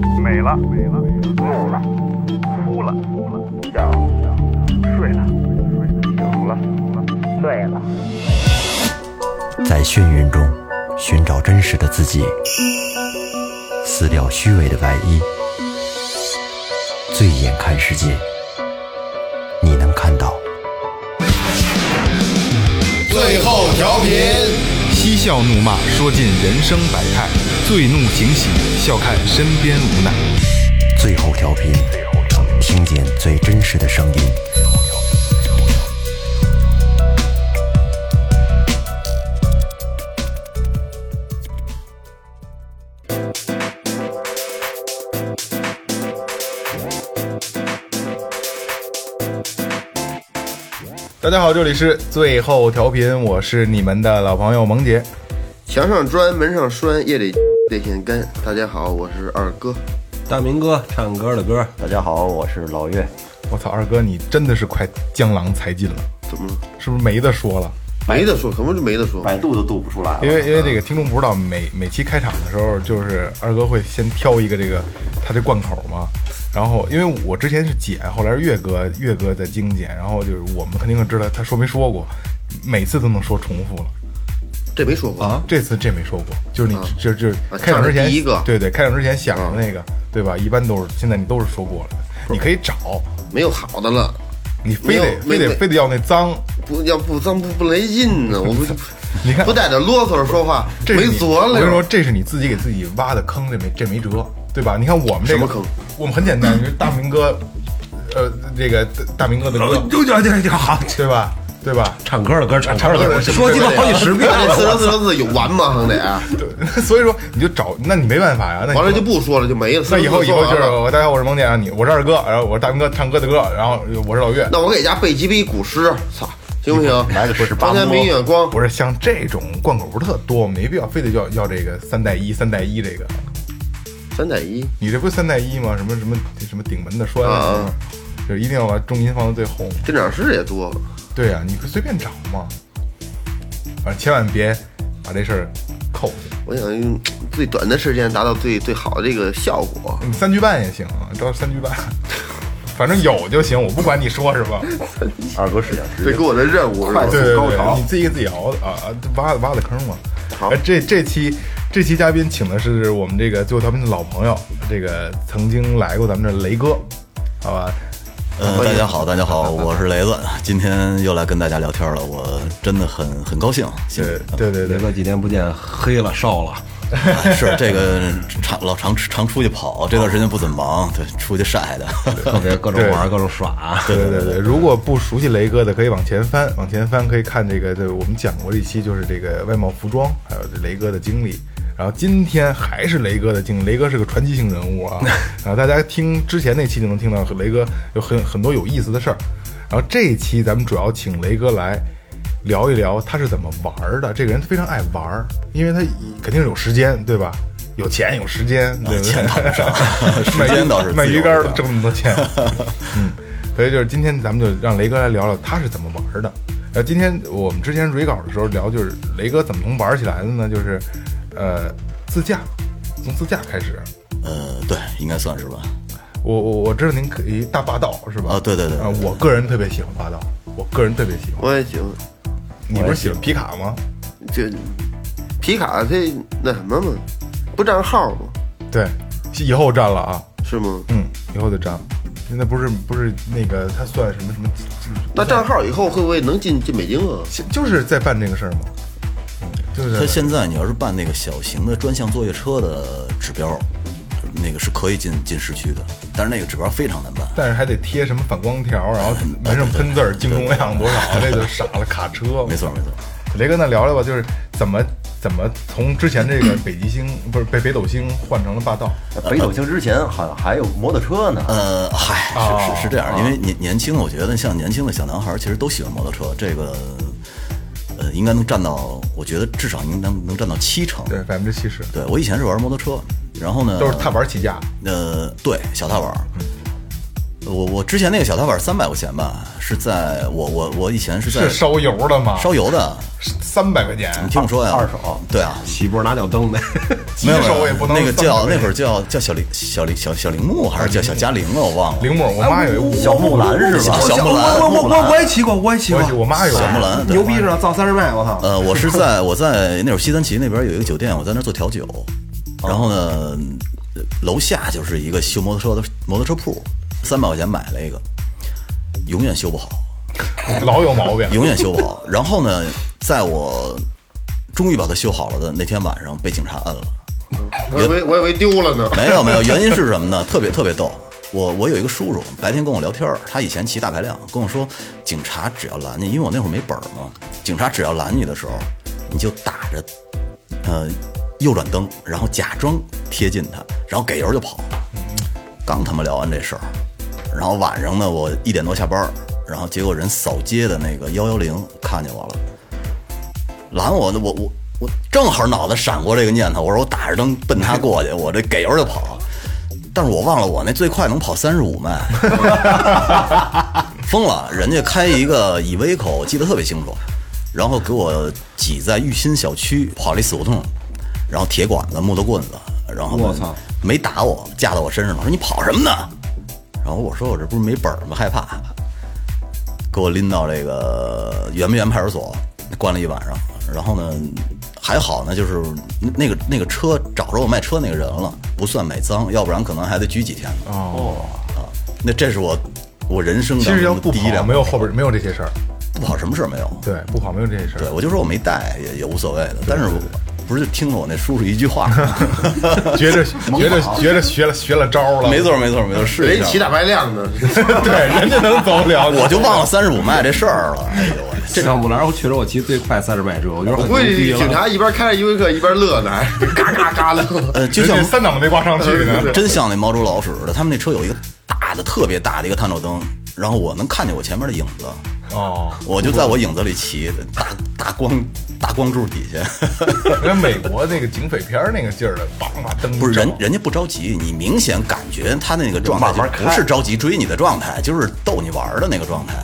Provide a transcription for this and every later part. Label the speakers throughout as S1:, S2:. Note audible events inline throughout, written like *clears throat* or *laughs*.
S1: 了，怒了，哭了，笑了，睡了，醒了，醉了。
S2: 在眩晕中寻找真实的自己，撕掉虚伪的外衣，醉眼看世界，你能看到。
S3: 最后调频，
S4: 嬉笑怒骂，说尽人生百态；醉怒行喜，笑看身边无奈。
S2: 最后调频，听见最真实的声音。
S4: 大家好，这里是最后调频，我是你们的老朋友萌姐。
S3: 墙上砖，门上栓，夜里 *laughs* 电线杆。大家好，我是二哥。
S5: 大明哥唱歌的歌，
S2: 大家好，我是老岳。
S4: 我操，二哥，你真的是快江郎才尽了，
S3: 怎么了？
S4: 是不是没得说了？
S3: 没得说，什么就没得说。
S6: 百度都读不出来
S4: 因为因为这个听众不知道，每每期开场的时候，就是二哥会先挑一个这个他这贯口嘛。然后，因为我之前是姐，后来是岳哥，岳哥在精简，然后就是我们肯定是知道他说没说过，每次都能说重复了。
S3: 这没说过啊？
S4: 这次这没说过，就是你、
S3: 啊
S4: 就就是
S3: 啊
S4: 开场之
S3: 这
S4: 前
S3: 是第一个嗯
S4: 对对，开场之前想的那个，对吧？一般都是现在你都是说过了，你可以找，
S3: 没有好的了，
S4: 你非
S3: 没有
S4: 得非
S3: 没
S4: 得
S3: 没
S4: 非得要那脏，
S3: 不要不咱不不来劲呢。我不
S4: *laughs* 你看
S3: 不带点啰嗦说话，
S4: 这是
S3: 没
S4: 你
S3: 辙
S4: 我
S3: 了。
S4: 跟你说，这是你自己给自己挖的坑，这没这没辙，对吧？你看我们这个
S3: 什么坑？
S4: 我们很简单，就是大明哥，呃，这个大明哥的歌，
S5: 哦就就就就好，
S4: 对吧？对吧？ *laughs*
S5: 唱歌的歌，唱
S4: 唱歌的歌
S5: 说鸡巴好几十 *laughs* 遍
S3: 那这四
S5: 了。
S3: 十四十字有完
S4: *laughs*
S3: 吗？还得，
S4: 对，所以说你就找，那你没办法呀。那你
S3: 完了就不说了，就没了。
S4: 那以后以
S3: 说
S4: 后
S3: 完
S4: 就是
S3: 了
S4: 我大家好，我是萌姐啊，你我是二哥，然后我是大明哥唱歌的歌，然后我是老岳。
S3: 那我给家背几笔古诗，操，行不行？
S6: 来的不是八
S3: 当
S6: 摸
S3: 年明月光，
S4: 不是像这种贯口不是特多，没必要非得要要这个三带一三带一这个，
S3: 三点一，
S4: 你这不是三带一吗？什么什么什么顶门的栓
S3: 啊
S4: 啊，就一定要把重音放到最后。
S3: 这点诗也多。
S4: 对呀、你可以随便找嘛，反正千万别把这事儿扣去。
S3: 我想用最短的时间达到最最好的这个效果。
S4: 你嗯三句半也行啊，招三句半， *laughs* 反正有就行，我不管你说是吧？
S6: 二哥是想
S3: 这给我的任务是吧
S6: 快？
S4: 对对
S6: 高
S4: 对，
S6: 潮
S4: 你自己给自己熬的啊啊，挖挖的坑嘛。
S3: 好
S4: 呃这这期这期嘉宾请的是我们这个最后调频的老朋友，这个曾经来过咱们这儿雷哥，好吧？
S7: 嗯，大家好，大家好，我是雷子，今天又来跟大家聊天了，我真的很很高兴。
S4: 对
S6: 嗯
S4: 对对
S5: 雷
S4: 对，
S5: 哥几天不见，黑了瘦了，
S7: 哎是这个常老常常出去跑，这段时间不怎么忙，对，出去晒的。
S5: 特别各种
S4: 对
S5: 玩，各种耍。啊
S4: *laughs* 对对对对，如果不熟悉雷哥的，可以往前翻，往前翻可以看这个，对我们讲过的一期，就是这个外贸服装，还有这雷哥的经历。然后今天还是雷哥的经历，雷哥是个传奇性人物
S7: *laughs*
S4: 啊！啊，大家听之前那期就能听到雷哥有很很多有意思的事儿。然后这一期咱们主要请雷哥来聊一聊他是怎么玩儿的。这个人非常爱玩儿，因为他肯定是有时间，对吧？有钱有时间，对不对？
S7: 啊钱谈不上
S4: *laughs*
S7: 呃时
S4: 卖鱼
S7: 间倒是自由
S4: 卖鱼竿儿
S7: 的
S4: 挣那么多
S7: *laughs*
S4: 钱。嗯，所以就是今天咱们就让雷哥来聊聊他是怎么玩儿的。呃，今天我们之前蕊稿的时候聊，就是雷哥怎么能玩儿起来的呢？就是，呃，自驾，从自驾开始。
S7: *laughs* 呃，对，应该算是吧。
S4: 我我我知道您可以大霸道是吧？
S7: 啊对对对
S4: 啊、我个人特别喜欢霸道，我个人特别喜欢。
S3: 我也行，
S4: 你不是喜欢皮卡吗？
S3: 就皮卡它那什么嘛，不占号嘛，
S4: 对，以后占了啊，
S3: 是吗？
S4: 嗯，以后就占了。现在不是不是那个他算什么什么？
S3: 那占号以后会不会能进进北京啊？
S4: 现就是在办这个事儿吗？嗯，就是在
S7: 他现在你要是办那个小型的专项作业车的指标，那个是可以进进市区的，但是那个指标非常难办。
S4: 但是还得贴什么反光条，然后门上喷字儿，净重量多少，这就傻了。卡车，
S7: 没错没错。
S4: 雷哥，那聊聊吧，就是怎么怎么从之前这个北极星不是被北斗星换成了霸道，
S6: 北斗星之前好像还有摩托车呢，
S7: 呃，嗨，
S4: 哦
S7: 是是是这样，因为年年轻，我觉得像年轻的小男孩儿其实都喜欢摩托车，这个呃应该能占到，我觉得至少应该能能占到七成。
S4: 对，百分之七十
S7: 对，我以前是玩摩托车，然后呢
S4: 都是踏板起价，嗯
S7: 呃，对，小踏板儿。我我之前那个小踏板三百块钱吧，是在我我我以前是在
S4: 是烧啊油的吗？
S7: 烧油的，
S4: 三百块钱，
S7: 你听我说呀，
S6: 二手
S7: 对啊，
S5: 起波拿脚蹬呗，
S4: 急
S7: 没有没
S4: 手
S7: 有
S4: 也不能
S7: 那个叫那会
S4: 儿
S7: 儿叫叫小铃小铃小小铃木还是叫小嘉铃啊？我忘了。
S4: 铃木，我妈有一屋，
S6: 小木兰是吧
S7: 小？小木兰
S5: *laughs* 我我我我也骑过，我也骑过 *laughs*
S4: 我，我妈有一屋
S7: 小木兰对
S5: 哎牛逼是吧？造三十迈，我操！
S7: 呃，我是在 *laughs* 我在那会儿西三旗那边有一个酒店，我在那儿做调酒，
S5: 哦
S7: 然后呢，楼下就是一个修摩托车的摩托车铺，三百块钱买了一个，永远修
S5: *laughs*
S7: 不好，
S4: 老有毛病，
S7: 永远修不好。然后呢，在我终于把它修好了的那天晚上，被警察摁了。
S3: 我以为我以为丢了呢。
S7: 没有没有，原因是什么呢？特 *laughs* 别特别逗。我我有一个叔叔，白天跟我聊天儿，他以前骑大排量，跟我说，警察只要拦你，因为我那会儿没本儿嘛，警察只要拦你的时候，你就打着，呃，右转灯，然后假装贴近他，然后给油就跑。刚他妈聊完这事儿，然后晚上呢，我一点多下班儿，然后结果人扫街的那个幺幺零看见我了，拦我呢，我我我正好脑子闪过这个念头，我说我打着灯奔他过去，我这给油就跑，但是我忘了我那最快能跑三十五迈， *laughs* 疯了，人家开一个以威口，我记得特别清楚，然后给我挤在玉新小区跑了一死胡同，然后铁管子、木头棍子，然后我操，没打我，架到我身上了，说你跑什么呢？然后我说我这不是没本儿吗？害怕。给我拎到这个圆明园派出所，关了一晚上。然后呢，还好呢，就是那那个那个车找着我卖车那个人了，不算买赃，要不然可能还得拘几天呢。哦，啊，那这是我我人生
S4: 其
S7: 当
S4: 实要
S7: 中的
S4: 不
S7: 第一
S4: 跑，
S7: 辆
S4: 没有后边没有这些事儿，
S7: 不跑什么事儿没有。
S4: 对，不跑没有这些事
S7: 对，
S4: 儿，
S7: 我就说我没带也也无所谓的，但是我不是就听了我那叔叔一
S4: *laughs*
S7: 句话吗，
S4: 觉着觉着觉着学了学了招了，
S7: 没错没错没错，是一
S3: 人
S7: 下
S3: 骑大白
S7: *laughs*
S3: 亮呢，
S4: *laughs* 对，人家能走了，
S7: 我就忘了三十五迈这事儿了。哎呦
S4: *laughs*
S7: 我
S5: 这小木兰，我确实我骑最快三十迈车，我觉得
S6: *laughs*
S3: 我
S5: 很
S3: 估
S5: 牛逼
S3: 计警
S5: 了。
S3: 察一边开着依维柯一边乐
S7: *laughs*
S3: 呢，嘎嘎嘎乐。
S7: 呃，就
S4: 人家
S7: 像呃
S4: 三档都没挂上去呢，
S7: 真像那猫捉老鼠似的，他们那车有一个大的、特别大的一个探照灯，然后我能看见我前面的影子，
S4: 哦。
S7: 我就在我影子里骑，大大光大光柱底下， *laughs*
S4: 跟美国那个警匪片儿那个劲儿的，梆梆灯一
S7: 不是人
S4: 照
S7: 人家不着急，你明显感觉他那个状态
S6: 慢慢
S7: 就不是着急追你的状态，就是逗你玩儿的那个状态。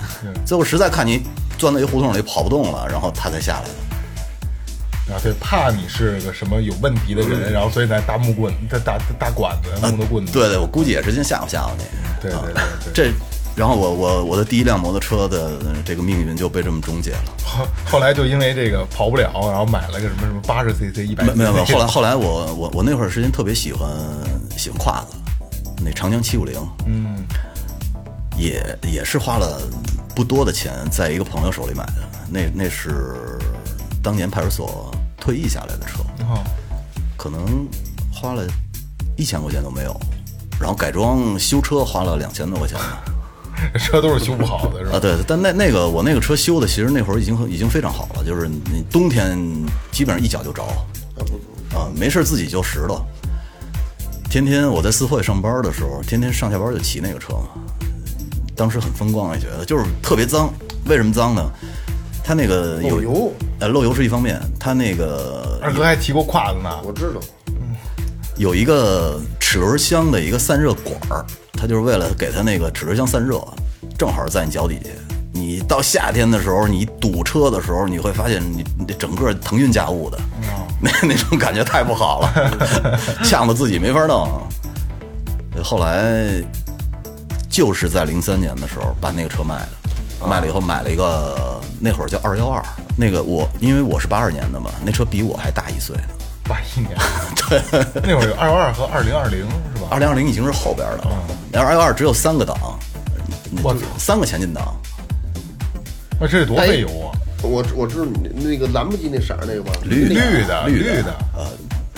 S7: 最后实在看你钻到一胡同里跑不动了，然后他才下来的。
S4: 啊，对，怕你是个什么有问题的
S7: 嗯
S4: 人，然后所以咱大木棍、大大大管子、木头棍子，
S7: 啊对对，我估计也是先吓唬吓唬你。
S4: 对对对对
S7: 这，然后我我我的第一辆摩托车的这个命运就被这么终结了。
S4: 后后来就因为这个跑不了，然后买了个什么什么八十 cc、一百，*laughs*
S7: 没没有没有，后来后来我我我那会儿时间特别喜欢喜欢胯子，那长江七五零，嗯，也也是花了不多的钱，在一个朋友手里买的，那那是当年派出所退役下来的车，
S4: 哦
S7: 可能花了一千块钱都没有，然后改装修车花了两千多块钱吧。
S4: 车都是修不好的，是吧
S7: 啊，？对，但那那个我那个车修的，其实那会儿已经很已经非常好了，就是你冬天基本上一脚就着，啊，没事儿自己就拾掇。天天我在四惠上班的时候，天天上下班就骑那个车嘛，当时很风光，也觉得就是特别脏。为什么脏呢？它那个有
S3: 漏油，哎
S7: 呃，漏油是一方面，它那个
S4: 二哥还提过胯子呢，
S3: 我知道，
S7: 有一个齿轮箱的一个散热管儿，它就是为了给它那个齿轮箱散热，正好在你脚底下。你到夏天的时候，你堵车的时候，你会发现你你整个腾云驾雾的，那 *laughs* 那种感觉太不好了， *laughs* 呛得自己没法弄。后来就是在零三年的时候把那个车卖了，卖了以后买了一个那会儿叫二幺二，那个我因为我是八二年的嘛，那车比我还大一岁呢。
S4: 八一
S7: *laughs*
S4: 年，对，那会儿有二幺二和二零二零是吧？
S7: 二零二零已经是后边的了，然后二幺二只有三个档，
S4: 我
S7: 三个前进档，
S4: 那这得多费油啊！
S3: 我我知道你那个兰博基那色儿那个吧，
S7: 哎
S4: 绿的绿的，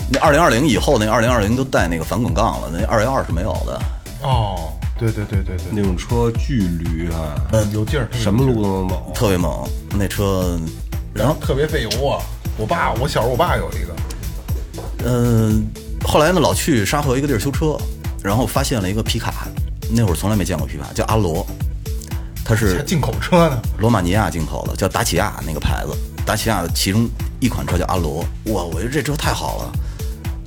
S7: 那二零二零以后那二零二零都带那个反滚杠了，那二幺二是没有的。
S4: 哦，对对对对对，
S5: 那种车巨驴啊，
S6: 呃
S4: 有劲儿，
S5: 什么路都能走。
S7: 特别猛，那车，然后
S4: 特别费油啊！我爸，我小时候我爸有一个，
S7: 嗯、后来呢老去沙河一个地儿修车，然后发现了一个皮卡，那会儿从来没见过皮卡，叫阿罗，它
S4: 还
S7: 是
S4: 进口车呢，
S7: 罗马尼亚进口的，叫达起亚那个牌子，达起亚的其中一款车叫阿罗，哇，我觉得这车太好了。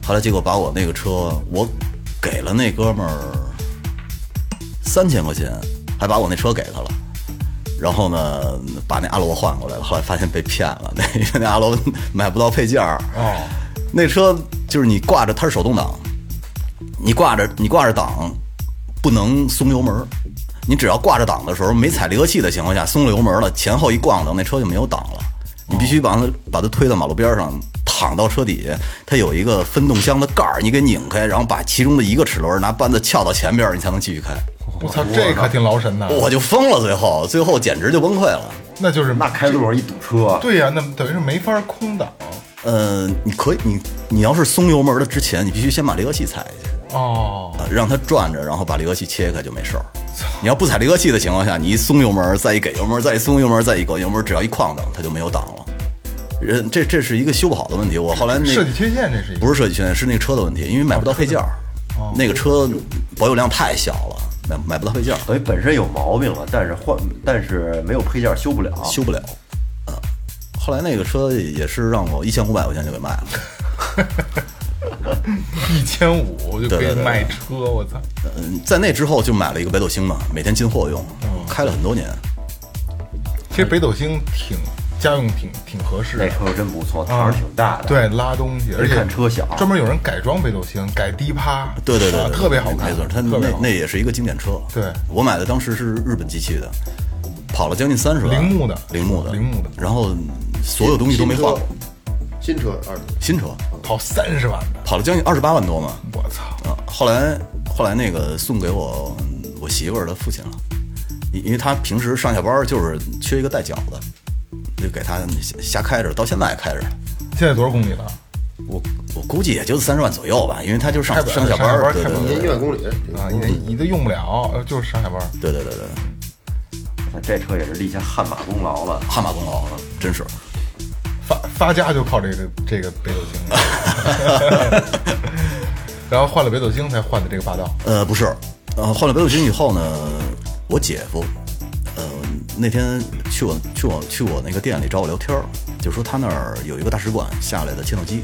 S7: 后来结果把我那个车，我给了那哥们儿三千块钱，还把我那车给他了。然后呢，把那阿罗换过来了，后来发现被骗了，那 *laughs* 那阿罗买不到配件儿。
S4: 哦，
S7: 那车就是你挂着，它是手动挡，你挂着你挂着档，不能松油门儿。你只要挂着档的时候没踩离合器的情况下松了油门了，前后一逛荡，那车就没有档了。你必须把它把它推到马路边上，躺到车底下，它有一个分动箱的盖儿，你给拧开，然后把其中的一个齿轮拿扳子撬到前边儿，你才能继续开。
S4: 我操，这可挺劳神的。
S7: 我就疯了，最后最后简直就崩溃了。
S4: 那就是
S6: 那开路上一堵车，啊
S4: 对呀、那等于是没法空挡。
S7: 呃，你可以，你你要是松油门的之前，你必须先把离合器踩下去。
S4: 哦，
S7: 啊，让它转着，然后把离合器切开就没事儿。你要不踩离合器的情况下，你一松油门，再一给油门，再一松油门，再一给油门，只要一哐当，它就没有档了。人这这是一个修不好的问题。我后来那
S4: 设计缺陷这是一个
S7: 不是设计缺陷，是那个车的问题，因为买不到配件儿，
S4: 哦
S7: 那个车保有量太小了，买买不到配件儿，
S6: 等于本身有毛病了，但是换但是没有配件修不了，
S7: 修不了。啊，后来那个车也是让我一千五百块钱就给卖了。
S4: 一千五就可以卖车，我操！
S7: 嗯，在那之后就买了一个北斗星嘛，每天进货用，
S4: 嗯
S7: 开了很多年。
S4: 其实北斗星挺家用挺挺合适
S6: 那
S4: 的，啊
S6: 车真不错，胆儿挺大的。，
S4: 对，拉东西，而且
S6: 看车小
S4: 专门有人改装北斗星，改低趴，
S7: 对对对
S4: 啊
S7: 对，
S4: 特别好看，
S7: 没错，它
S4: 特别
S7: 那
S4: 好
S7: 那
S4: 看。
S7: 也是一个经典车。
S4: 对
S7: 我买的当时是日本机器的，跑了将近三十万。
S4: 铃木的
S7: 铃木的，
S4: 铃木的
S7: 然后所有东西都没换过，
S3: 新车啊二手，
S7: 新车
S4: 跑三十万的，
S7: 跑了将近二十八万多嘛。
S4: 我操！
S7: 啊，后来后来那个送给我我媳妇儿的父亲了，因因为他平时上下班就是缺一个带脚的，就给他瞎瞎开着，到现在还开着。
S4: 现在多少公里了？
S7: 我我估计也就三十万左右吧，因为他就上
S4: 开不了
S7: 上下班
S4: 上下班
S7: 对
S4: 开
S7: 对
S4: 不了
S3: 一
S7: 对
S3: 年一万公里
S4: 啊，你你都用不了，呃就是上下班。
S7: 对对对对。
S6: 这车也是立下汗马功劳了。
S7: 汗马功劳了，真是。
S4: 发发家就靠这个这个北斗星， *laughs* 然后换了北斗星才换的这个霸道。
S7: 呃，不是，呃，换了北斗星以后呢，我姐夫，呃，那天去我去我去我那个店里找我聊天儿，就说他那儿有一个大使馆下来的切诺基，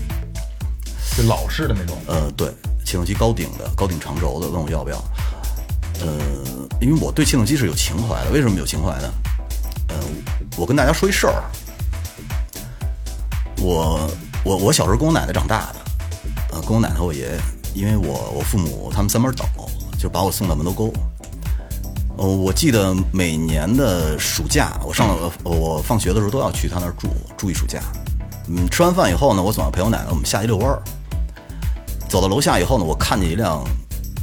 S4: 就老式的那种，
S7: 呃，对，切诺基高顶的，高顶长轴的，问我要不要。呃，因为我对切诺基是有情怀的，为什么有情怀呢？呃，我跟大家说一事儿，我我我小时候跟我奶奶长大的，呃，跟我奶奶和我爷爷，因为我我父母他们三门倒，就把我送到门头沟。呃，我记得每年的暑假，我上了我我放学的时候都要去他那儿住住一暑假。嗯，吃完饭以后呢，我总要陪我奶奶，我们下一遛弯儿。走到楼下以后呢，我看见一辆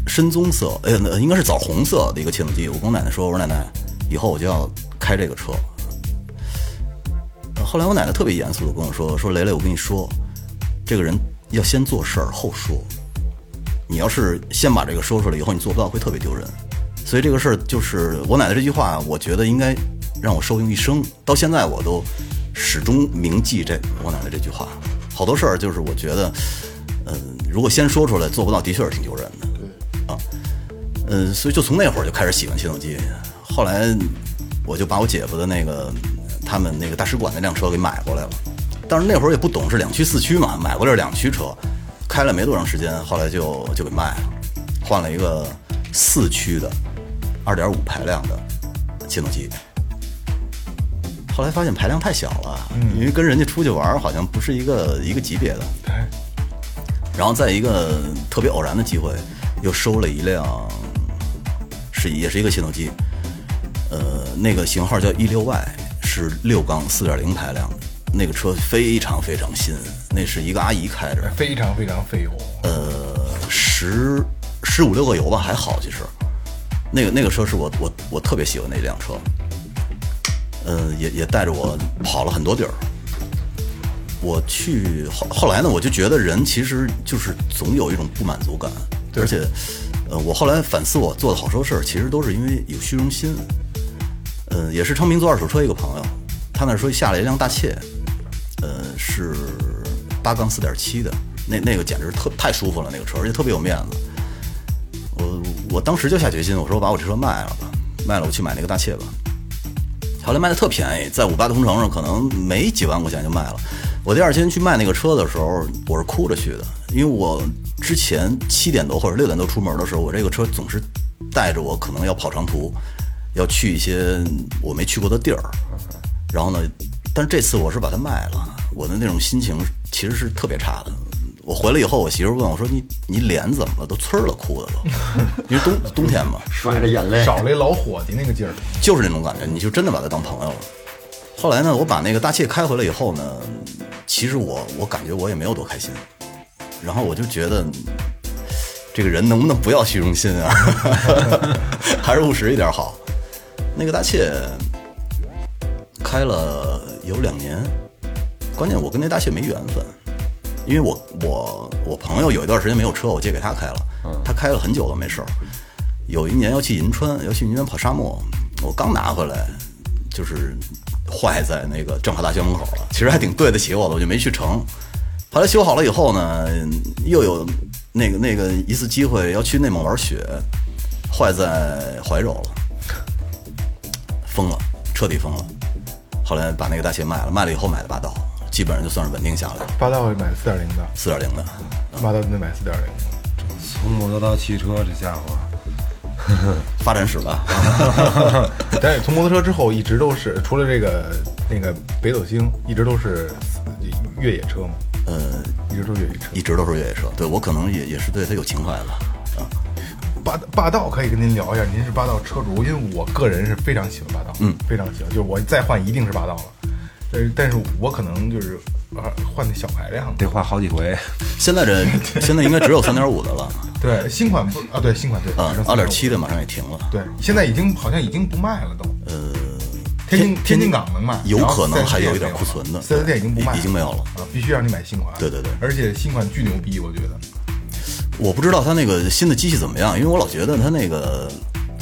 S7: 深棕色，呃，那应该是枣红色的一个切诺基。我跟我奶奶说，我说奶奶，以后我就要开这个车。呃后来我奶奶特别严肃的跟我说，说雷雷，我跟你说，这个人要先做事儿后说，你要是先把这个说出来以后，你做不到会特别丢人。所以这个事儿就是我奶奶这句话，我觉得应该让我受用一生。到现在我都始终铭记这我奶奶这句话。好多事儿就是我觉得，嗯、如果先说出来做不到，的确是挺丢人的。对啊，嗯、所以就从那会儿就开始喜欢切诺基。后来我就把我姐夫的那个他们那个大使馆那辆车给买过来了。但是那会儿也不懂是两驱四驱嘛，买过来是两驱车，开了没多长时间，后来就就给卖了，换了一个四驱的，二点五排量的切诺基。后来发现排量太小了，因为跟人家出去玩儿好像不是一个一个级别的。
S4: 哎，
S7: 然后在一个特别偶然的机会，又收了一辆，是也是一个切诺基，呃，那个型号叫 E 六 Y，是六缸四点零排量的，那个车非常非常新，那是一个阿姨开着，
S4: 哎非常非常费油。
S7: 呃，十十五六个油吧，还好其实。那个那个车是我我我特别喜欢的一辆车，呃，也也带着我跑了很多地儿。我去后后来呢，我就觉得人其实就是总有一种不满足感，而且，呃，我后来反思我做的好多事儿，其实都是因为有虚荣心。呃，也是昌平做二手车一个朋友，他那儿说下了一辆大切，呃，是八缸四点七的，那那个简直特太舒服了，那个车，而且特别有面子。我我当时就下决心，我说我把我这车卖了吧，卖了我去买那个大切吧。后来卖的特便宜，在五八同城上可能没几万块钱就卖了。我第二天去卖那个车的时候，我是哭着去的，因为我之前七点多或者六点多出门的时候，我这个车总是带着我可能要跑长途，要去一些我没去过的地儿。然后呢，但是这次我是把它卖了，我的那种心情其实是特别差的。我回来以后，我媳妇问我说：“你你脸怎么了？都呲儿了，哭的都，因为冬冬天嘛。”
S6: 甩着眼泪，
S4: 少了一老伙计那个劲儿。
S7: 就是那种感觉，你就真的把他当朋友了。后来呢，我把那个大切开回来以后呢，其实我我感觉我也没有多开心，然后我就觉得这个人能不能不要虚荣心啊， *laughs* 还是务实一点好。那个大切开了有两年，关键我跟那大切没缘分，因为我我我朋友有一段时间没有车，我借给他开了，他开了很久了没事儿。有一年要去银川，要去银川跑沙漠，我刚拿回来，就是坏在那个政法大学门口了。其实还挺对得起我的，我就没去成。后来修好了以后呢，又有那个那个一次机会要去内蒙玩雪，坏在怀柔了，疯了，彻底疯了。后来把那个大鞋卖了，卖了以后买的霸道，基本上就算是稳定下来了，
S4: 霸道买买四点零的，
S7: 四点零的。
S4: 霸道得买四点零的。
S5: 从摩托到汽车，这家伙
S7: 发展史吧， *laughs*
S4: 但是从摩托车之后，一直都是除了这个那个北斗星，一直都是越野车嘛，
S7: 呃，
S4: 一直都是越野车。
S7: 一直都是越野车。对我可能也也是对它有情怀吧。
S4: 霸霸道可以跟您聊一下，您是霸道车主，因为我个人是非常喜欢霸道，
S7: 嗯，
S4: 非常喜欢，就是我再换一定是霸道了。但是，但是我可能就是啊，换那小排量的。
S5: 得换好几回。
S7: 现在这 *laughs* 现在应该只有三点五的了，
S4: 对，新款不啊，对，新款对，
S7: 啊，二点七的马上也停了，
S4: 对，现在已经好像已经不卖了都。呃，天津
S7: 天津
S4: 津港能卖，
S7: 有可能
S4: 然后
S7: 还有
S4: 4S
S7: 一点
S4: 店
S7: 库存的
S4: 四 S 店已经不卖，
S7: 已已经没有了
S4: 啊，必须让你买新款。
S7: 对对对
S4: 而且新款巨牛逼，我觉得。
S7: 我不知道它那个新的机器怎么样，因为我老觉得它那个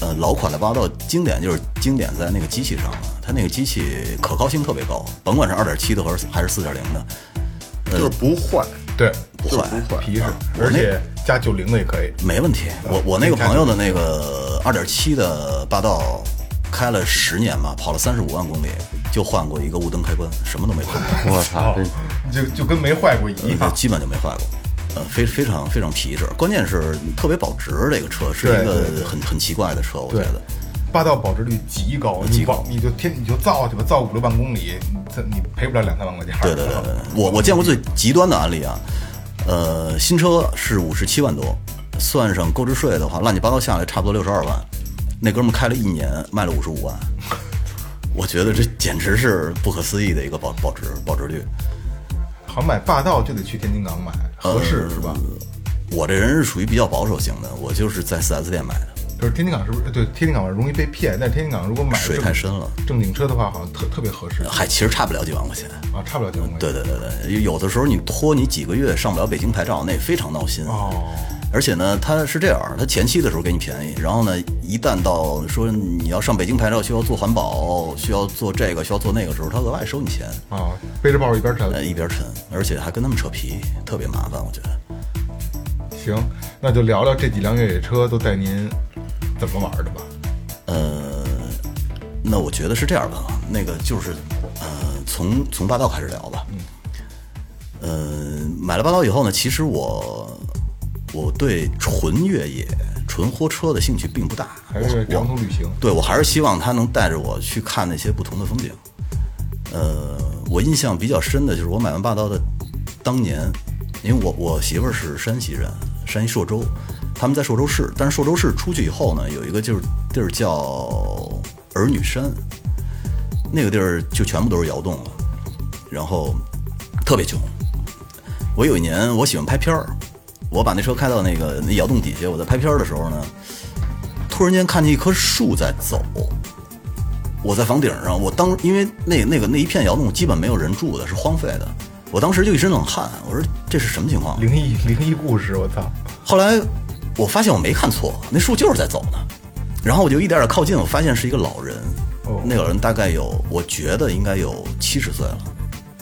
S7: 呃老款的霸道经典就是经典在那个机器上了，它那个机器可靠性特别高，甭管是二点七的还是还是四点零的，
S3: 就是不坏，
S4: 对，
S7: 不
S3: 就是
S7: 坏，
S3: 不坏。
S4: 皮实，
S7: 啊
S4: 而且加九零的也可以。
S7: 没问题。我我那个朋友的那个二点七的霸道。开了十年吧，跑了三十五万公里，就换过一个雾灯开关，什么都没换过。
S6: 我操，这
S4: 啊就就跟没坏过一
S7: 呃
S4: 样。
S7: 基本就没坏过。呃，非非常非常皮实，关键是特别保值。这个车是
S4: 对
S7: 一个
S4: 对对
S7: 很很奇怪的车，我觉
S4: 对
S7: 得。，
S4: 霸道保值率极高，你保你就天你就造去吧，造五六万公里，你这你赔不了两三万块钱。
S7: 对对对对，对我我见过最极端的案例啊，呃，新车是五十七万多，算上购置税的话，乱七八糟下来差不多六十二万。那哥们儿开了一年，卖了五十五万，我觉得这简直是不可思议的一个保保值保值率。
S4: 好像买霸道就得去天津港买，合
S7: 嗯
S4: 适是吧？
S7: 我这人是属于比较保守型的，我就是在 4S 店买的，
S4: 就是天津港是不是？对，天津港容易被骗，但是天津港如果买
S7: 水啊
S4: 正
S7: 太深了
S4: 正经车的话，好像特特别合适
S7: 还其实差不了几万块钱。
S4: 啊，差不了几万块钱。
S7: 对对对对，有的时候你拖你几个月上不了北京牌照，那也非常闹心。
S4: 哦，
S7: 而且呢，它是这样，它前期的时候给你便宜，然后呢，一旦到说你要上北京牌照，需要做环保，需要做这个，需要做那个时候，它额外收你钱，
S4: 啊，背着包一边沉。
S7: 呃，一边沉，而且还跟他们扯皮，特别麻烦，我觉得。
S4: 行，那就聊聊这几辆越野车都带您怎么玩的吧。
S7: 呃，那我觉得是这样吧，啊那个就是，呃，从从霸道开始聊吧。
S4: 嗯
S7: 呃，买了霸道以后呢，其实我我对纯越野、纯货车的兴趣并不大，
S4: 还是
S7: 我
S4: 长途旅行，
S7: 对我还是希望他能带着我去看那些不同的风景。呃，我印象比较深的就是我买完霸道的当年，因为我我媳妇儿是山西人，山西朔州，他们在朔州市，但是朔州市出去以后呢，有一个就是地儿叫儿女山，那个地儿就全部都是窑洞了，然后特别穷。我有一年我喜欢拍片儿，我把那车开到那个那窑洞底下，我在拍片儿的时候呢，突然间看见一棵树在走。我在房顶上，我当因为那那个那一片窑洞基本没有人住的，是荒废的。我当时就一身冷汗，我说这是什么情况？
S4: 灵异灵异故事，我操！
S7: 后来我发现我没看错，那树就是在走呢。然后我就一点点靠近，我发现是一个老人，
S4: 哦
S7: 那老人大概有，我觉得应该有七十岁了，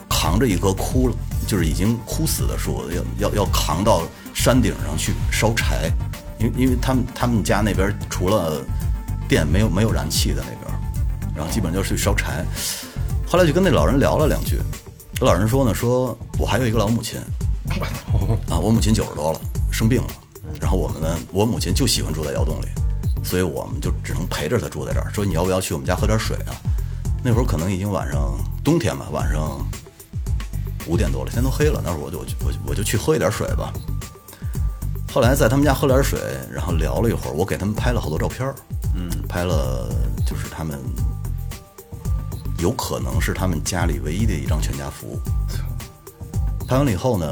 S7: 扛着一棵枯了，就是已经枯死的树，要要要扛到山顶上去烧柴，因为因为他们他们家那边除了电没有没有燃气的那边，然后基本就是去烧柴。后来就跟那老人聊了两句，那老人说呢，说我还有一个老母亲，啊，我母亲九十多了，生病了，然后我们呢，我母亲就喜欢住在窑洞里，所以我们就只能陪着他住在这儿。说你要不要去我们家喝点水啊？那会儿可能已经晚上冬天吧，晚上五点多了，天都黑了。那会儿我就我就我就我就去喝一点水吧。后来在他们家喝了点水，然后聊了一会儿，我给他们拍了好多照片儿，嗯，拍了就是他们有可能是他们家里唯一的一张全家福。拍完了以后呢，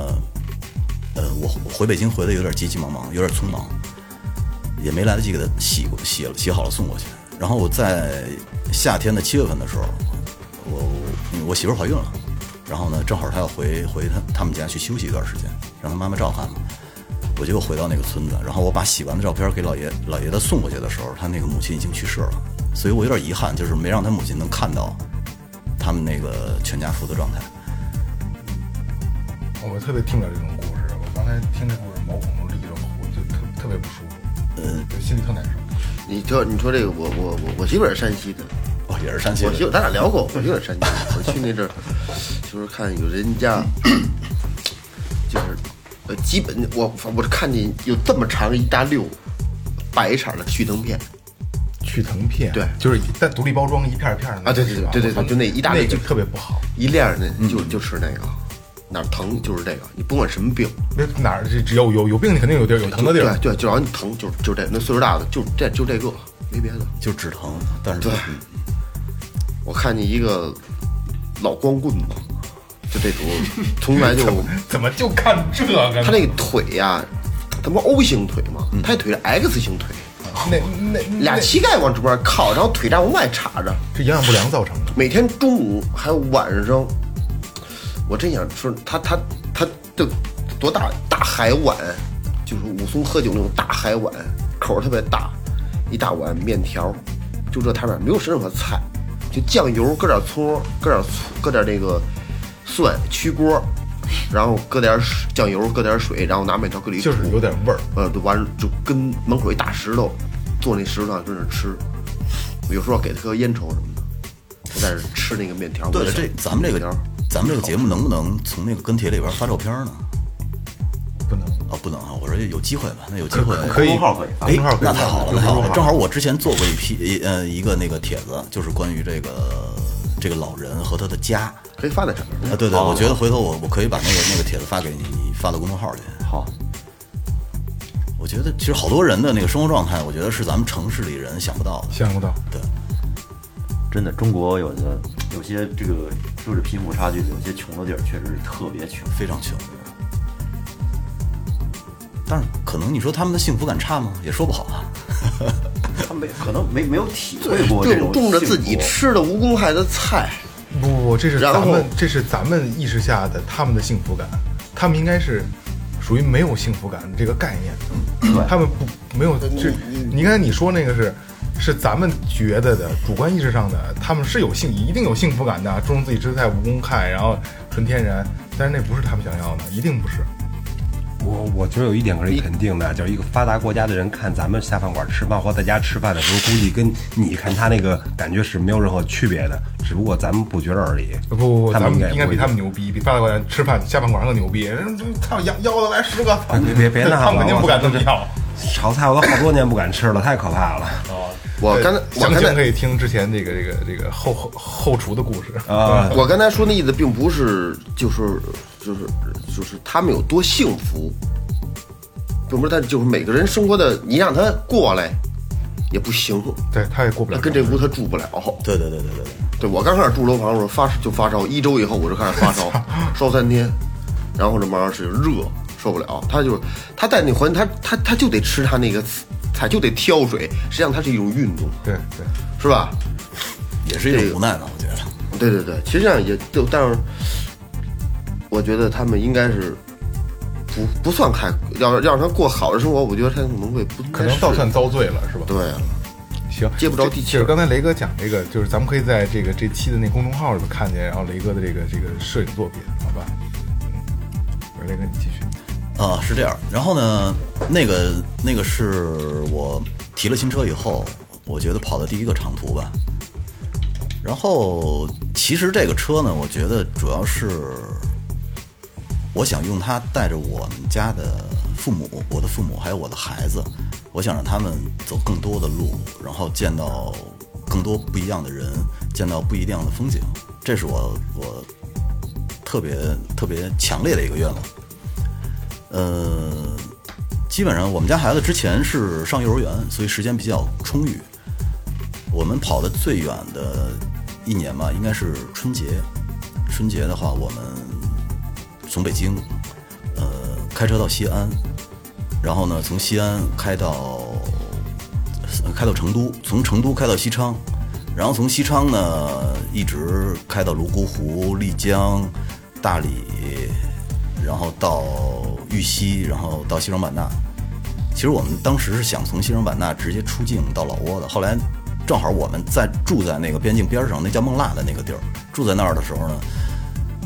S7: 呃，我我回北京回的有点急急忙忙，有点匆忙，也没来得及给他洗过洗了洗好了送过去。然后我在夏天的七月份的时候，我我我媳妇儿怀孕了，然后呢，正好她要回回她他们家去休息一段时间，让她妈妈照看嘛。我就回到那个村子，然后我把洗完的照片给老爷老爷子送过去的时候，他那个母亲已经去世了，所以我有点遗憾，就是没让他母亲能看到他们那个全家福的状态。
S4: 哦我特别听不了这种故事，我刚才听这故事毛孔都立着，我就特特别不舒服，嗯，就心里特难受。
S3: 你说你说这个，我我我我媳妇儿是山西的，
S7: 哦，也是山西
S3: 我媳妇
S7: 的，
S3: 咱俩聊过，我媳妇儿是山西的，我去那阵儿就是看有人家，就是呃，基本我我看见有这么长一大溜白色儿的旭腾片
S4: 去疼片，
S3: 对
S4: 就是但独立包装一片儿一片儿的
S3: 啊对对对
S4: 是吧
S3: 对对
S4: 我操
S3: 就那一大
S4: 那
S3: 类
S4: 就
S3: 就
S4: 特别不好。
S3: 一亮儿那就就吃那个，哪儿疼就是这个，你甭管什么病，
S4: 那哪儿这只要有有病，肯定有地儿有疼的地儿。
S3: 对对，就让你疼，就就这，那岁数大的就这就这个，没别的。
S7: 就止疼，但是
S3: 对
S7: 嗯
S3: 我看见一个老光棍子，就这种，从来就
S4: 怎么就看这个呢？
S3: 他那个腿呀、他不 O 型腿吗？他腿是 X 型腿，
S4: 那那那
S3: 俩膝盖往这边靠，然后腿站往外插着。
S4: 是营养不良造成的。
S3: 每天中午还有晚上，我真想说他他他就多大大海碗，就是武松喝酒那种大海碗，口儿特别大，一大碗面条，就这摊面没有任何菜，就酱油搁点葱，搁点醋，搁点那个蒜炝锅，然后搁点水酱油，搁点水，然后拿面条搁里
S4: 就是有点味儿。
S3: 呃，就完了就跟门口一大石头，坐那石头上跟那儿吃，有时候给他颗烟抽什么的，就在这儿吃那个面条。
S7: 对
S3: 我
S7: 了，
S3: 就
S7: 这
S3: 想
S7: 咱们这
S3: 面
S7: 个
S3: 条
S7: 咱们这个节目能不能从那个跟帖里边发照片呢？
S4: 不能，
S7: 啊，不能啊！我说有机会吧，那有机会
S3: 哎
S7: 哎
S4: 可以
S6: 公众号可以
S4: 公
S3: 啊
S6: 发
S4: 众号可以
S7: 那太好了，
S4: 有
S7: 太
S4: 公
S7: 好
S4: 众
S7: 了！
S4: 号
S7: 正好我之前做过一批呃一个那个帖子，就是关于这个这个老人和他的家啊，
S3: 可以发在上面。
S7: 对
S4: 哦
S7: 对，我觉得回头我我可以把那个那个帖子发给你，你发到公众号去。
S6: 好，
S7: 我觉得其实好多人的那个生活状态，我觉得是咱们城市里人想不到的。
S4: 想不到，
S7: 对，
S6: 真的，中国有的有些这个就是贫富差距，有些穷的地儿确实是特别穷。
S7: 非常穷。但是可能你说他们的幸福感差吗？也说不好啊。
S6: 他没可能没没有体会过
S3: 这
S6: 种
S3: 种种着自己
S6: 幸福
S3: 吃的无公害的菜，
S4: 不不不，这是
S3: 然后
S4: 咱们这是咱们意识下的他们的幸福感，他们应该是属于没有幸福感这个概念的，他们不没有
S5: 呃
S4: 这。你刚才你说那个是。是咱们觉得的主观意识上的，他们是有幸一定有幸福感的，注重自己吃菜无公害，然后纯天然，但是那不是他们想要的，一定不是。
S5: 我我觉得有一点可以肯定的，就是一个发达国家的人看咱们下饭馆吃饭或在家吃饭的时候，估计跟你看他那个感觉是没有任何区别的，只不过咱们不觉得而已。
S4: 呃不不不，
S5: 他
S4: 咱们
S5: 们应该
S4: 应该比
S5: 不
S4: 他们牛逼，比发达国家吃饭下饭馆更牛逼。人这操腰腰子来十个，操
S5: 别别别闹了
S4: *laughs* 他们肯定不敢这么
S5: 我
S4: 要。
S5: 炒菜我都好多年不敢吃了，太可怕了。
S3: 我
S4: 对
S3: 哦刚才我
S4: 详
S3: 刚
S4: 情可
S3: 才
S4: 以听之前这个这个这个后后后厨的故事
S5: 啊
S3: 我刚才说那意思，并不是就是就是就是他们有多幸福，并不是他就是每个人生活的，你让他过来也不行，
S4: *laughs* 对，他也过不了
S3: 他
S4: 门。
S3: 跟这屋他住不了。
S7: 对对对对对对。
S3: 对我刚开始住楼房的时候发就发烧，一周以后我就开始发烧，烧三天，然后这慢慢是热受不了。他就是他在那环境，他他他就得吃他那个菜，就得挑水，实际上它是一种运动，
S4: 对对，
S3: 是吧？
S7: 也是一种无奈吧，我觉得。
S3: 对对对，其实上也就，但是我觉得他们应该是不不算太要要让他过好的生活，我觉得他可能会不太
S4: 可能
S3: 适
S4: 倒算遭罪了，是吧？
S3: 对啊了，
S4: 行，
S3: 接不着地气
S4: 就是刚才雷哥讲这个，就是咱们可以在这个这期的那公众号里边看见，然后雷哥的这个这个摄影作品，好吧？嗯，雷哥你继续。
S7: 啊，是这样。然后呢，那个那个是我提了新车以后，我觉得跑的第一个长途吧。然后其实这个车呢，我觉得主要是我想用它带着我们家的父母，我的父母，还有我的孩子，我想让他们走更多的路，然后见到更多不一样的人，见到不一样的风景，这是我我特别特别强烈的一个愿望。呃，基本上我们家孩子之前是上幼儿园，所以时间比较充裕。我们跑的最远的一年吧，应该是春节。春节的话，我们从北京，呃，开车到西安，然后呢，从西安开到呃开到成都，从成都开到西昌，然后从西昌呢一直开到泸沽湖、丽江、大理，然后到玉溪，然后到西双版纳。其实我们当时是想从西双版纳直接出境到老挝的，后来正好我们在住在那个边境边上，那叫孟腊的那个地儿，住在那儿的时候呢，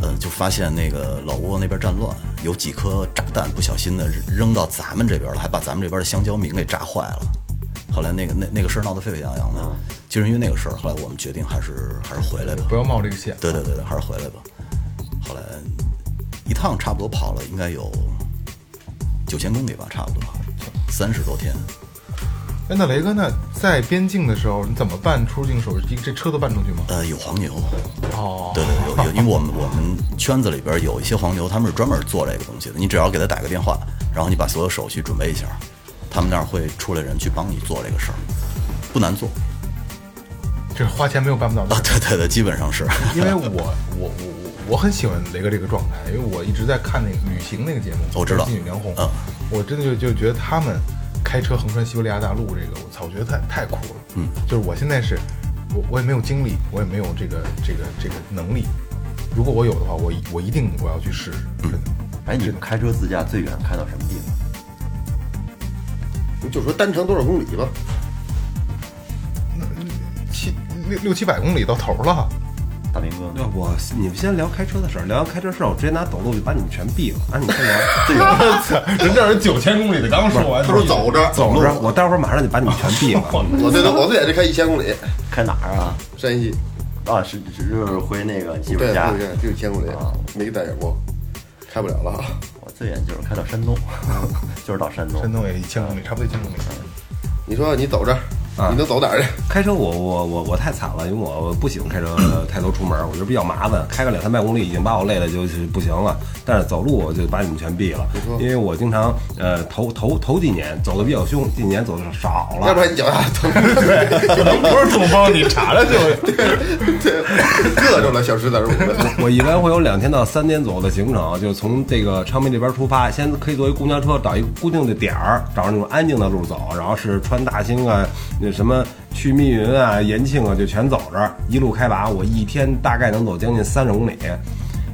S7: 呃，就发现那个老挝那边战乱，有几颗炸弹不小心的扔到咱们这边了，还把咱们这边的香蕉民给炸坏了。后来那个那那个事儿闹得沸沸扬扬的，就是因为那个事儿，后来我们决定还是还是回来吧。
S4: 不要冒这个险。
S7: 对对对对，还是回来吧。后来一趟差不多跑了应该有九千公里吧，差不多三十多天。
S4: 哎，那雷哥，那在边境的时候你怎么办出境手续？这车都办出去吗？
S7: 呃，有黄牛，
S4: 哦，
S7: 对对 *laughs* 对，有有，因为我们我们圈子里边有一些黄牛，他们是专门做这个东西的。你只要给他打个电话，然后你把所有手续准备一下，他们那儿会出来人去帮你做这个事儿，不难 *laughs* 做
S4: 这花钱没有办不
S3: *laughs*
S4: 到的
S7: 啊。。对对对，基本上是。
S4: 因为我我我我我很喜欢雷哥这个状态，因为我一直在看那个旅行那个节目，
S7: 我知道
S4: 金宇梁红，
S7: 嗯
S4: 我真的就就觉得他们开车横穿西伯利亚大陆这个，我操，我觉得太太酷了，嗯，就是我现在是，我我也没有精力，我也没有这个这个这个能力，如果我有的话，我一我一定我要去试试，真
S7: 嗯
S4: 的。
S6: 哎，你们开车自驾最远开到什么地方？
S3: 你就说单程多少公里吧，
S4: 七六六七百公里到头了，
S6: 大明哥，
S5: 对，我你们先聊开车的事儿，聊完开车事儿，我直接拿走路就把你们全毙了。啊，你先 *laughs* 聊，
S4: *laughs* 人这人九千公里的，刚说完
S3: 他说走着，
S5: *laughs* 走路，我待会儿马上就把你们全毙了。
S3: 我最多我最远就开一千公里，
S6: 开哪儿啊？
S3: 山西，
S6: 啊，是是就是回那个媳妇
S3: 对，
S6: 家
S3: 就。是就一千公里，没带过，开不了了。
S6: 我最远就是开到山东， *laughs* 就是到山东。
S4: 山东也一千公里，差不多一千公里。
S3: 你说你走着，你能走哪儿去？
S5: 开车我我我我太惨了，因为我不喜
S3: *clears throat*
S5: 欢开车呃太多出门，我觉得比较麻烦，开个两三百公里已经把我累了，就是不行了。但是走路我就把你们全毙了，因为我经常呃头头头几年走的比较凶，近年走的少了。
S3: 要不然你脚丫疼，
S5: *laughs*
S4: 不是同胞，你查查去。
S3: 硌着了，小石子儿捂的。
S5: *laughs* 我一般会有两天到三天左右的行程，就是从这个昌平这边出发，先可以坐一公交车，找一个固定的点儿，找那种安静的路走，然后是穿大兴啊，那什么去密云啊、延庆啊，就全走着，一路开拔。我一天大概能走将近三十公里。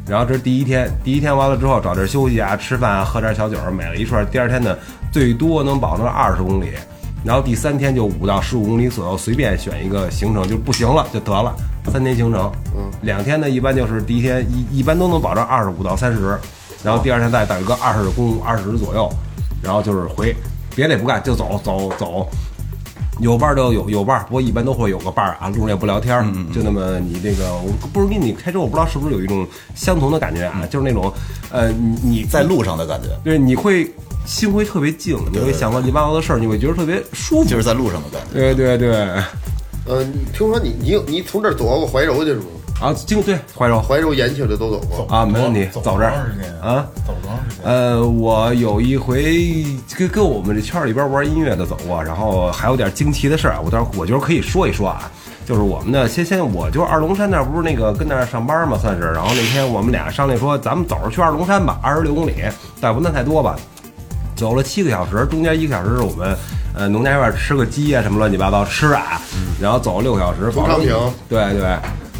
S5: 然后这是第一天，第一天完了之后找地儿休息啊、吃饭啊、喝点小酒儿，美了一串。第二天呢，最多能保证二十公里。然后第三天就五到十五公里左右，随便选一个行程，就不行了就得了。三天行程，嗯，两天呢一般就是第一天一一般都能保证二十五到三十，然后第二天再打个二十公二十左右，然后就是回，别的也不干就走走走。有伴儿就有有伴儿，不过一般都会有个伴儿啊，路上也不聊天儿，就那么你这个，我不是跟你开车，我不知道是不是有一种相同的感觉啊，就是那种，呃，你你
S7: 在路上的感觉，
S5: 对，你会心会特别静，你会想乱七八糟的事儿，你会觉得特别舒服。
S7: 就是在路上的感觉。
S5: 对对对，
S3: 呃，你听说你你有你从这儿走过怀柔去是吗？
S5: 啊，经对怀柔
S3: 怀柔、延庆这都走过。
S5: 啊，没问题，
S4: 走
S5: 走这
S4: 多长
S5: 儿
S4: 时间
S5: 啊。
S4: 走多长时间？
S5: 呃，我有一回跟跟我们这圈儿里边玩音乐的走过，然后还有点惊奇的事儿啊，我到时候我觉得可以说一说啊。就是我们呢，先先我就二龙山那儿不是那个跟那儿上班嘛，算是。然后那天我们俩商量说，咱们走着去二龙山吧，二十六公里，但不能太多吧。走了七个小时，中间一个小时是我们呃农家院吃个鸡啊什么乱七八糟吃啊，然后走了六个小时，
S3: 从
S5: 保证
S3: 昌平
S5: 对对，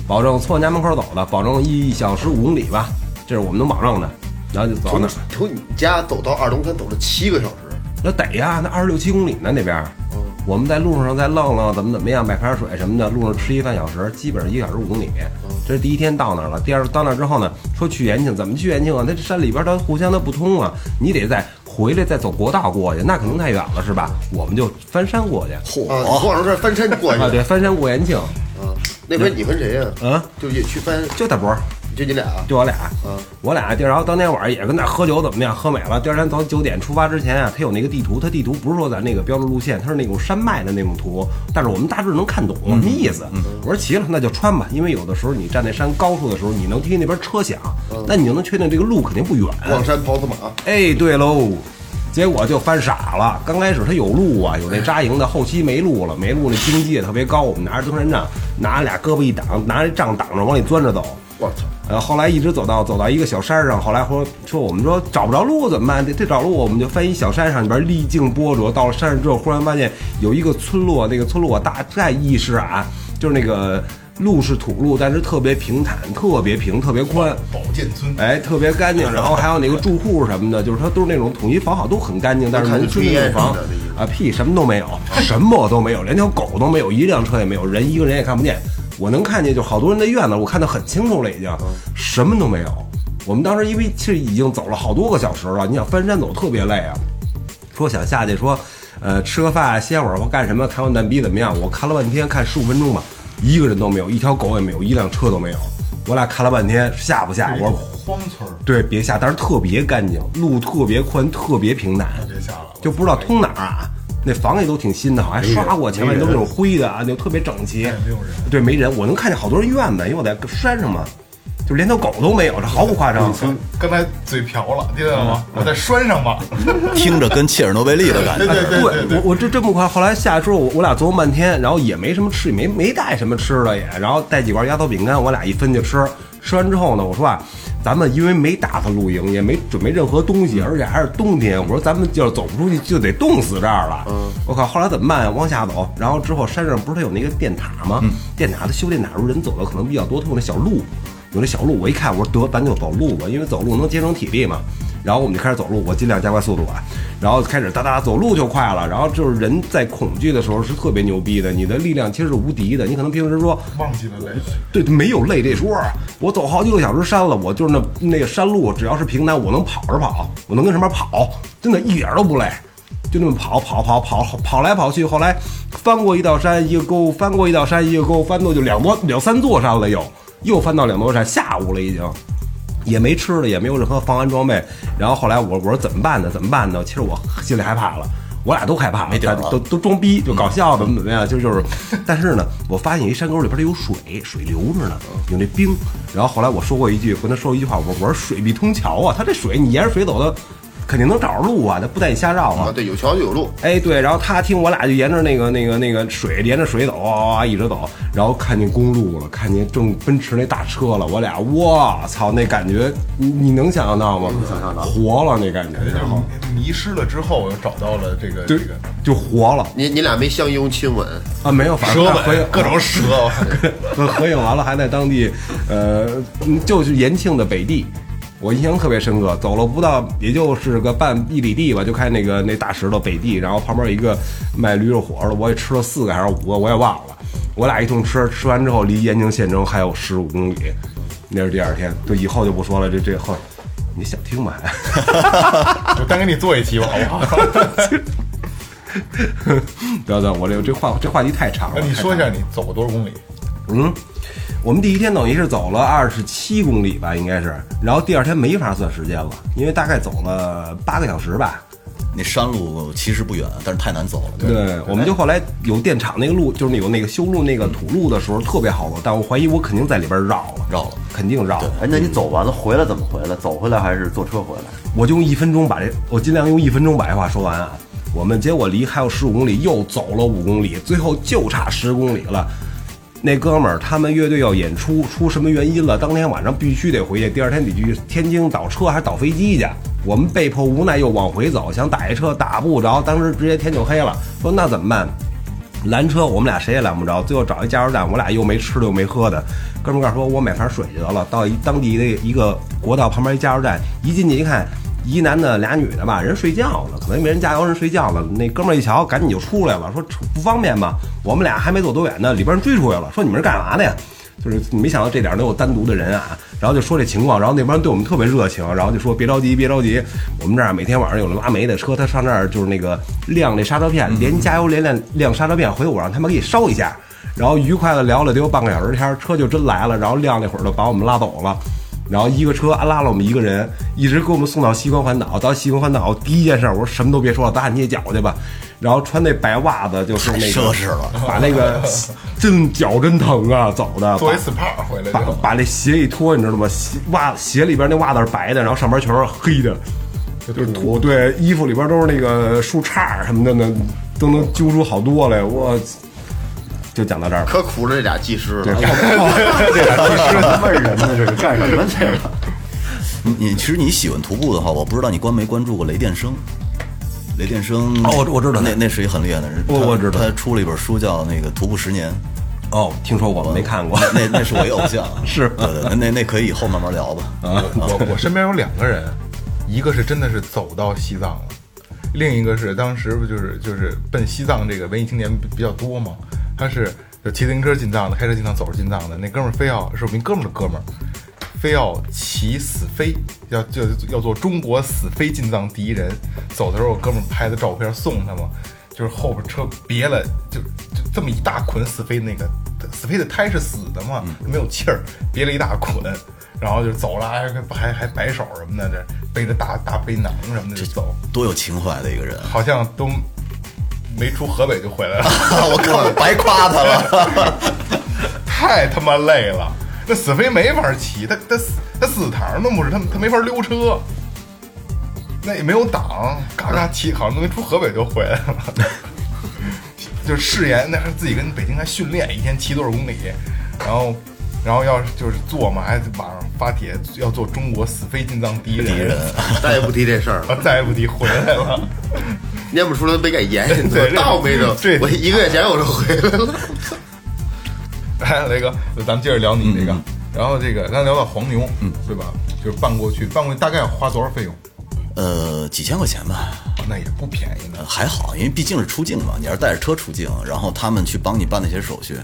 S5: 保证从我家门口走的，保证一小时五公里吧，这是我们能保证的。然后就走
S3: 从
S5: 那儿，
S3: 从你家走到二龙山走了七个小时，
S5: 那得呀，那二十六七公里呢那边儿。我们在路上再愣愣，怎么怎么样，买瓶水什么的，路上吃一半小时，基本上一个小时五公里。这是第一天到那儿了，第二到那儿之后呢，说去延庆，怎么去延庆啊？那这山里边它互相它不通啊，你得再回来再走国道过去，那肯定太远了是吧？我们就翻山过去。啊
S3: 啊，你从二龙山翻山过去
S5: 啊，对，翻山过延庆，
S3: 那回你跟谁呀？
S5: 啊，
S3: 就也去翻
S5: 就大伯儿，
S3: 就你俩啊，
S5: 就我俩，我俩地儿，然后当天晚上也跟那儿喝酒，怎么样？喝美了。第二天早上九点出发之前啊，它有那个地图，它地图不是说咱那个标注路线，它是那种山脉的那种图，但是我们大致能看懂什么意思。我说齐了，那就穿吧，因为有的时候你站在山高处的时候，你能听见那边车响，那你就能确定这个路肯定不远。
S3: 望山跑死马，
S5: 哎，对喽，结果就翻傻了。刚开始它有路啊，有那扎营的，后期没路了，没路那经济也特别高。我们拿着登山杖，拿俩胳膊一挡，拿着杖挡着往里钻着走。
S3: 我操！
S5: 呃，后来一直走到走到一个小山上，后来说说我们说找不着路怎么办？这这找路，我们就翻一小山上里边历经波折，到了山上之后，忽然发现有一个村落，那个村落我大概意识啊，就是那个路是土路，但是特别平坦，特别平，特别宽。
S4: 宝剑村，
S5: 哎，特别干净，然后还有那个住户什么的，就是它都是那种统一房好，都很干净，但是
S3: 看
S5: 农村那种房
S3: 住院似
S5: 啊，屁什么都没有，什么都没有，连条狗都没有，一辆车也没有，人一个人也看不见。我能看见就好多人的院子，我看得很清楚了，已经什么都没有。我们当时因为其实已经走了好多个小时了，你想翻山走特别累啊，说想下去说，呃，吃个饭歇会儿或干什么，看看蛋逼怎么样？我看了半天，看十五分钟吧，一个人都没有，一条狗也没有，一辆车都没有。我俩看了半天，下不下？我说
S4: 荒村儿，
S5: 对，别下，但是特别干净，路特别宽，特别平坦，
S4: 别下了
S5: 就不知道通哪儿啊。那房也都挺新的，好像还刷过，前面都是那种灰的啊，就特别整齐。
S4: 没有人
S5: 对，没人，我能看见好多人院子，因为我在山上嘛，就连条狗都没有，这毫不夸张。
S4: 刚才嘴瓢了，听见了吗？我再拴上吧。
S7: 听着跟切尔诺贝利的感 *laughs* 觉。
S4: 对对
S5: 我我这这么快，后来下来之后，我我俩琢磨半天，然后也没什么吃，也没没带什么吃的也，然后带几块压缩饼干，我俩一分就吃。吃完之后呢，我说啊，咱们因为没打算露营，也没准备任何东
S4: 嗯
S5: 西，而且还是冬天，我说咱们要是走不出去就得冻死这儿了。
S4: 嗯
S5: 我靠，后来怎么办呀？往下走，然后之后山上不是它有那个电塔
S4: 嗯
S5: 吗？电塔它修电塔时候人走的可能比较多，它有那小路。有那小路，我一看，我说得，咱就走路吧，因为走路能节省体力嘛。然后我们就开始走路，我尽量加快速度啊，然后开始哒哒走路就快了。然后就是人在恐惧的时候是特别牛逼的，你的力量其实是无敌的。你可能平时说
S4: 忘记了累。
S5: 对没有累这说，我走好几个小时山了，我就是那那个山路，只要是平坦，我能跑着跑，我能跟上面跑，真的一点儿都不累。就那么跑跑跑跑跑来跑去，后来翻过一道山一个沟，翻过一道山一个沟，翻到就两多两三座山了又，又翻到两座山，下午了已经，也没吃的，也没有任何防寒装备。然后后来我我说怎么办呢？怎么办呢？其实我心里害怕了，我俩都害怕，没
S7: 底儿了
S5: 都都装逼就搞笑怎么怎么样，就就是，但是呢，我发现一山沟里边它有水，水流着呢，有那冰。然后后来我说过一句，跟他说一句话，我说我说水必通桥啊，他这水你沿着水走的，肯定能找着路啊，他不带你瞎绕啊
S3: 啊，。对，有桥就有路，
S5: 哎，对，然后他听我俩就沿着那个、那个、那个水，沿着水走，啊、一直走，然后看见公路了，看见正奔驰那大车了，我俩，我操，那感觉你你能想象到吗？想象到，活了那感觉，然后
S4: 迷失了之后，我又找到了这个
S5: 对
S4: 这个，
S5: 就活了
S3: 你你俩没相拥亲吻，
S5: 啊，没有，反正
S4: 舌
S5: 看合影
S4: 吻， *laughs* 各种舌，我
S5: *laughs* 合合影完了，还在当地，呃，就是延庆的北地，我印象特别深刻。走了不到也就是个半一里地吧，就看那个那大石头北地，然后旁边有一个卖驴肉火烧的，我也吃了四个还是五个，我也忘了。我俩一通吃，吃完之后离延庆县城还有十五公里，那是第二天。就以后就不说了，这这后，你想听吗？ *laughs*
S4: 我单给你做一期吧，好不好？
S5: 不要不我这这话这话题太长了。
S4: *laughs* 那你
S5: 太
S4: 说一
S5: 长了
S4: 下你走过多少公里？
S5: 嗯，我们第一天等于是走了二十七公里吧，应该是，然后第二天没法算时间了，因为大概走了八个小时吧。
S7: 那山路其实不远，但是太难走了。
S5: 对，我们就后来有电厂那个路，就是有那个修路那个土路的时候特别好走，但我怀疑我肯定在里边绕了，
S7: 绕了，
S5: 肯定绕了。
S6: 哎，那你走完了回来怎么回来？走回来还是坐车回来？
S5: 我就用一分钟把这，我尽量用一分钟把这话说完啊。我们结果离还有十五公里，又走了五公里，最后就差十公里了。那哥们儿他们乐队要演出，出什么原因了？当天晚上必须得回去，第二天得去天津倒车还是倒飞机去？我们被迫无奈又往回走，想打一车打不着，当时直接天就黑了。说那怎么办？拦车，我们俩谁也拦不着。最后找一加油站，我俩又没吃的又没喝的。哥们儿告诉说，我买瓶水去了。到一当地的一个国道旁边一加油站，一进去一看，一男的俩女的吧，人睡觉呢，可能没人加油，人睡觉了。那哥们儿一瞧，赶紧就出来了，说不方便吧？我们俩还没走多远呢，里边人追出来了，说你们是干嘛的呀？就是没想到这点儿能有单独的人啊，然后就说这情况，然后那帮人对我们特别热情，然后就说别着急，别着急，我们这儿每天晚上有人拉煤的车，他上这儿就是那个晾那刹车片，连加油连晾晾刹车片，回头我让他们给你烧嗯一下，然后愉快的聊了得有半个小时天儿，车就真来了，然后晾了一会儿就把我们拉走了。然后一个车拉了我们一个人，一直给我们送到西关环岛。到西关环岛第一件事，我说什么都别说了，打你捏脚去吧。然后穿那白袜子就是那个
S7: 太奢侈了，
S5: 把那
S6: *laughs*
S5: 个真脚真疼啊，走的
S4: 作为
S5: 把
S4: SPA 回来
S5: 把
S4: 就
S5: 把那鞋一脱，你知道吗？鞋袜鞋里边那袜子是白的，然后上边全是黑的，就是土。对，衣服里边都是那个树杈什么的呢，都能揪出好多来。我就讲到这儿吧。
S3: 可苦了这俩技师了。
S6: 问人呢，这是干什么去了？
S7: 你你其实你喜欢徒步的话，我不知道你关没关注过雷电生。雷电生
S5: 哦我我知道
S7: 那
S5: 他
S7: 那是一个很厉害的人，
S5: 我
S7: 他
S5: 我知道
S7: 他出了一本书叫那个《徒步十年》，
S5: 哦，听说过，没看
S6: 哦
S5: 过。
S7: 那那是我一偶像，啊
S5: *laughs* 是
S7: 对对，那那那可以以后慢慢聊吧。啊，
S4: *laughs* 我我身边有两个人，一个是真的是走到西藏了，另一个是当时不就是就是奔西藏这个文艺青年比比较多嘛，他是就骑自行车进藏的，开车进藏，走着进藏的。那哥们儿非要是我们一哥们儿的哥们儿，非要骑死飞，要就要做中国死飞进藏第一人。走的时候，我哥们儿拍的照片送他嘛，就是后边车别了，就就这么一大捆死飞那个死飞的胎是死的嘛，没有气儿，别了一大捆。然后就走了，还还还摆手什么的，这背着大大背囊什么的就走。
S7: 多有情怀的一
S5: *laughs*
S7: 个人，
S4: 好像都没出河北就回来了，
S7: 我
S5: 哦
S7: 靠，白夸他了。
S4: 太他妈累了。那死飞没法骑，他他死他死堂都不是，他他没法溜车，那也没有档，嘎嘎骑，好像都没出河北就回来了。 *laughs* 就誓言，那还自己跟北京还训练，一天骑多少公里，然后。然后要是就是做嘛，还网上发帖要做中国死飞进藏第一人，
S7: 敌人，
S3: *laughs* 再也不提这事儿了，
S4: 然后再也不提回来了。 *laughs*
S3: 念不出来没敢言，你知道
S4: 对这
S3: 吗倒霉着
S4: 这。
S3: 我一个月前我就回来了。
S4: 来，雷哥，哎咱们接着聊你这个。然后这个，刚才聊到黄牛，嗯，对吧？就是办过去，办过去大概要花多少费用？
S7: 呃，几千块钱吧，
S4: 啊那也不便宜呢。
S7: 呃还好，因为毕竟是出境嘛，你要是带着车出境，然后他们去帮你办那些手续，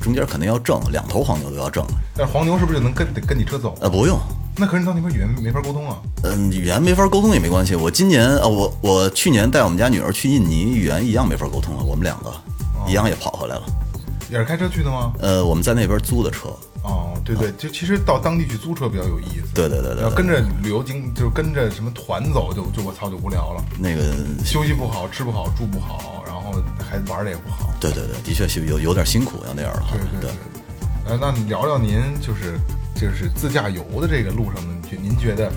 S7: 中间肯定要挣，两头黄牛都要挣。
S4: 但是黄牛是不是就能跟得跟你车走？
S7: 呃，不用，
S4: 那可是你到那边语言没法沟通啊。
S7: 嗯，语言没法沟通也没关系。我今年呃，我我去年带我们家女儿去印尼，语言一样没法沟通了，我们两个一样也跑回来了。
S4: 也是开车去的吗？
S7: 呃，我们在那边租的车，
S4: 哦，对对，就其实到当地去租车比较有意思。
S7: 对对对对对
S4: 要跟着旅游经，就是跟着什么团走，就就我操就无聊了，
S7: 那个，
S4: 休息不好，吃不好，住不好，然后还玩的也不好。
S7: 对对对，的确是有有点辛苦，要那样的话
S4: 对，对。呃，那你聊聊您就是就是自驾游的这个路上呢，就您觉得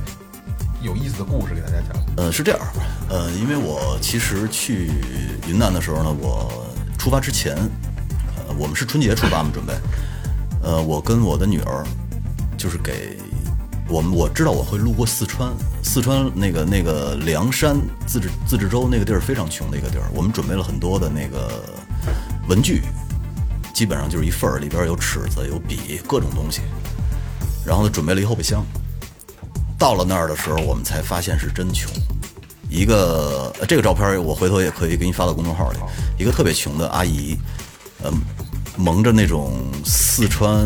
S4: 有意思的故事给大家讲。
S7: 呃，是这样，呃，因为我其实去云南的时候呢，我出发之前，呃，我们是春节出发嘛，准备，呃，我跟我的女儿，就是给我们，我知道我会路过四川，四川那个那个凉山自治自治州那个地儿非常穷的一个地儿，我们准备了很多的那个文具，基本上就是一份儿，里边有尺子、有笔，各种东西，然后呢，准备了一后备箱。到了那儿的时候，我们才发现是真穷。一个呃这个照片，我回头也可以给你发到公众号里。一个特别穷的阿姨，嗯，蒙着那种四川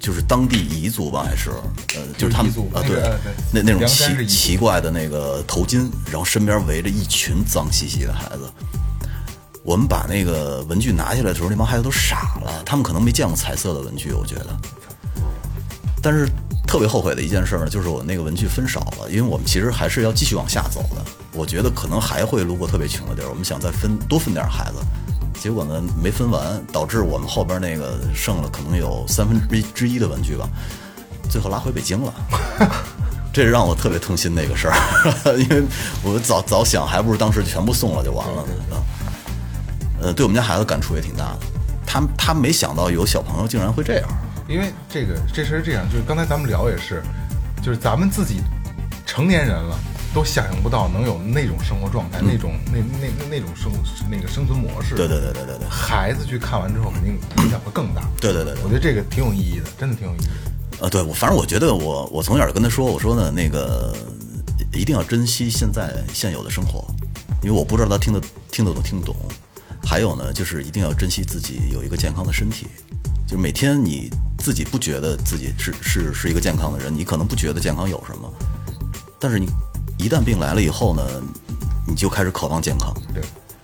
S7: 就是当地彝族吧，还是呃，就是他们
S4: 彝族
S7: 啊，
S4: 那
S7: 对
S4: 个，对
S7: 那那种
S4: 凉山是
S7: 奇
S4: 彝族
S7: 奇怪的那个头巾，然后身边围着一群脏兮兮的孩子。我们把那个文具拿下来的时候，那帮孩子都傻了，他们可能没见过彩色的文具，我觉得。但是特别后悔的一件事呢，就是我那个文具分少了，因为我们其实还是要继续往下走的。我觉得可能还会路过特别穷的地儿，我们想再分多分点孩子，结果呢没分完，导致我们后边那个剩了可能有三分之一之一的文具吧，最后拉回北京了。这让我特别痛心的一个事儿，因为我早早想，还不如当时全部送了就完了呢。嗯呃，对我们家孩子感触也挺大的，他他没想到有小朋友竟然会这样。
S4: 因为这个这事儿是这样，就是刚才咱们聊也是，就是咱们自己成年人了，都想象不到能有那种生活状
S3: 嗯
S4: 态，那种那那那那种生那个生存模式。
S7: 对对对对对对。
S4: 孩子去看完之后，肯定影响会更大。
S7: 对对对对
S4: 我觉得这个挺有意义的，真的挺有意义的。
S7: 呃，对我，反正我觉得我我从小就跟他说，我说呢，那个一定要珍惜现在现有的生活，因为我不知道他听得听得懂听不懂。还有呢，就是一定要珍惜自己有一个健康的身体，就是每天你自己不觉得自己是是是一个健康的人，你可能不觉得健康有什么，但是你一旦病来了以后呢，你就开始渴望健康。
S4: 对，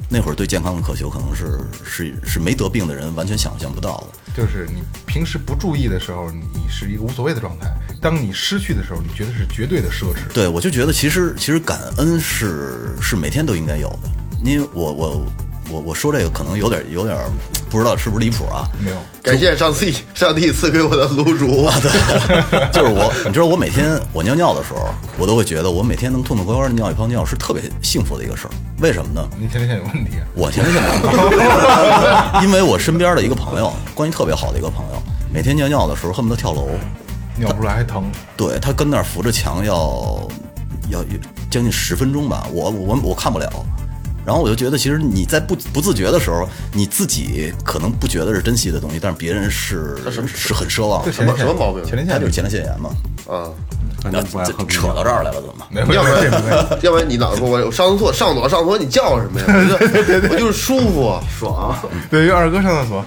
S7: 那会儿对健康的渴求可能是是是没得病的人完全想象不到的。
S4: 就是你平时不注意的时候，你是一个无所谓的状态；当你失去的时候，你觉得是绝对的奢侈。
S7: 对，我就觉得其实其实感恩是是每天都应该有的，因为我我我我说这个可能有点有点不知道是不是离谱啊，
S4: 没有，
S3: 感谢上帝，上帝赐给我的卤
S4: 啊
S3: 煮。
S7: *laughs* 就是我，你知道我每天我尿尿的时候，我都会觉得我每天能痛痛快快的尿一泡尿是特别幸福的一个事儿，为什么呢？
S4: 您前列腺有问题啊？
S7: 我前列腺癌， *laughs* 因为我身边的一个朋友，关系特别好的一个朋友，每天尿尿的时候恨不得跳楼，
S4: 尿不出来还疼，
S7: 对他跟那儿扶着墙要要将近十分钟吧，我我我看不了。然后我就觉得，其实你在不不自觉的时候，你自己可能不觉得是珍惜的东西，但是别人是是很奢望的
S4: 就。前列腺
S3: 什么毛病
S4: 前列
S7: 他
S4: 腺
S7: 就是前列腺炎嘛。
S3: 啊，
S5: 感觉
S7: 然
S5: 不
S7: 后
S5: 爱
S7: 这
S5: 喝啤
S7: 扯
S5: 酒
S7: 到这儿来了，怎么？
S4: 没有没
S3: 要
S4: 有
S3: 不然
S4: 这 *laughs* 不会。，
S3: 要不然你老说我我上厕所上厕所上厕所，你叫我什么呀？我就是舒服爽。
S4: 对，于二哥上厕所，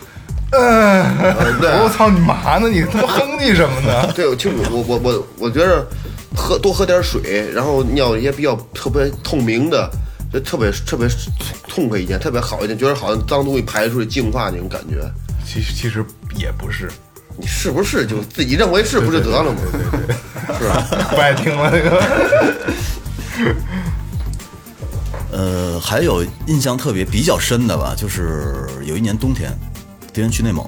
S4: 嗯、
S3: 对
S4: 我操你妈呢？你他妈哼唧什么
S3: *laughs*
S4: 呢？
S3: 对，其实我我我我我觉着喝多喝点水，然后尿一些比较特别透明的，就特别特别痛快一点，特别好一点，觉得好像脏东西排出去净化那种感觉。
S4: 其实其实也不是，
S3: 你是不是就自己认为是不就得了吗？是吧？
S4: *laughs* 不爱听了那个。
S7: 呃，还有印象特别比较深的吧，就是有一年冬天，第一去内蒙，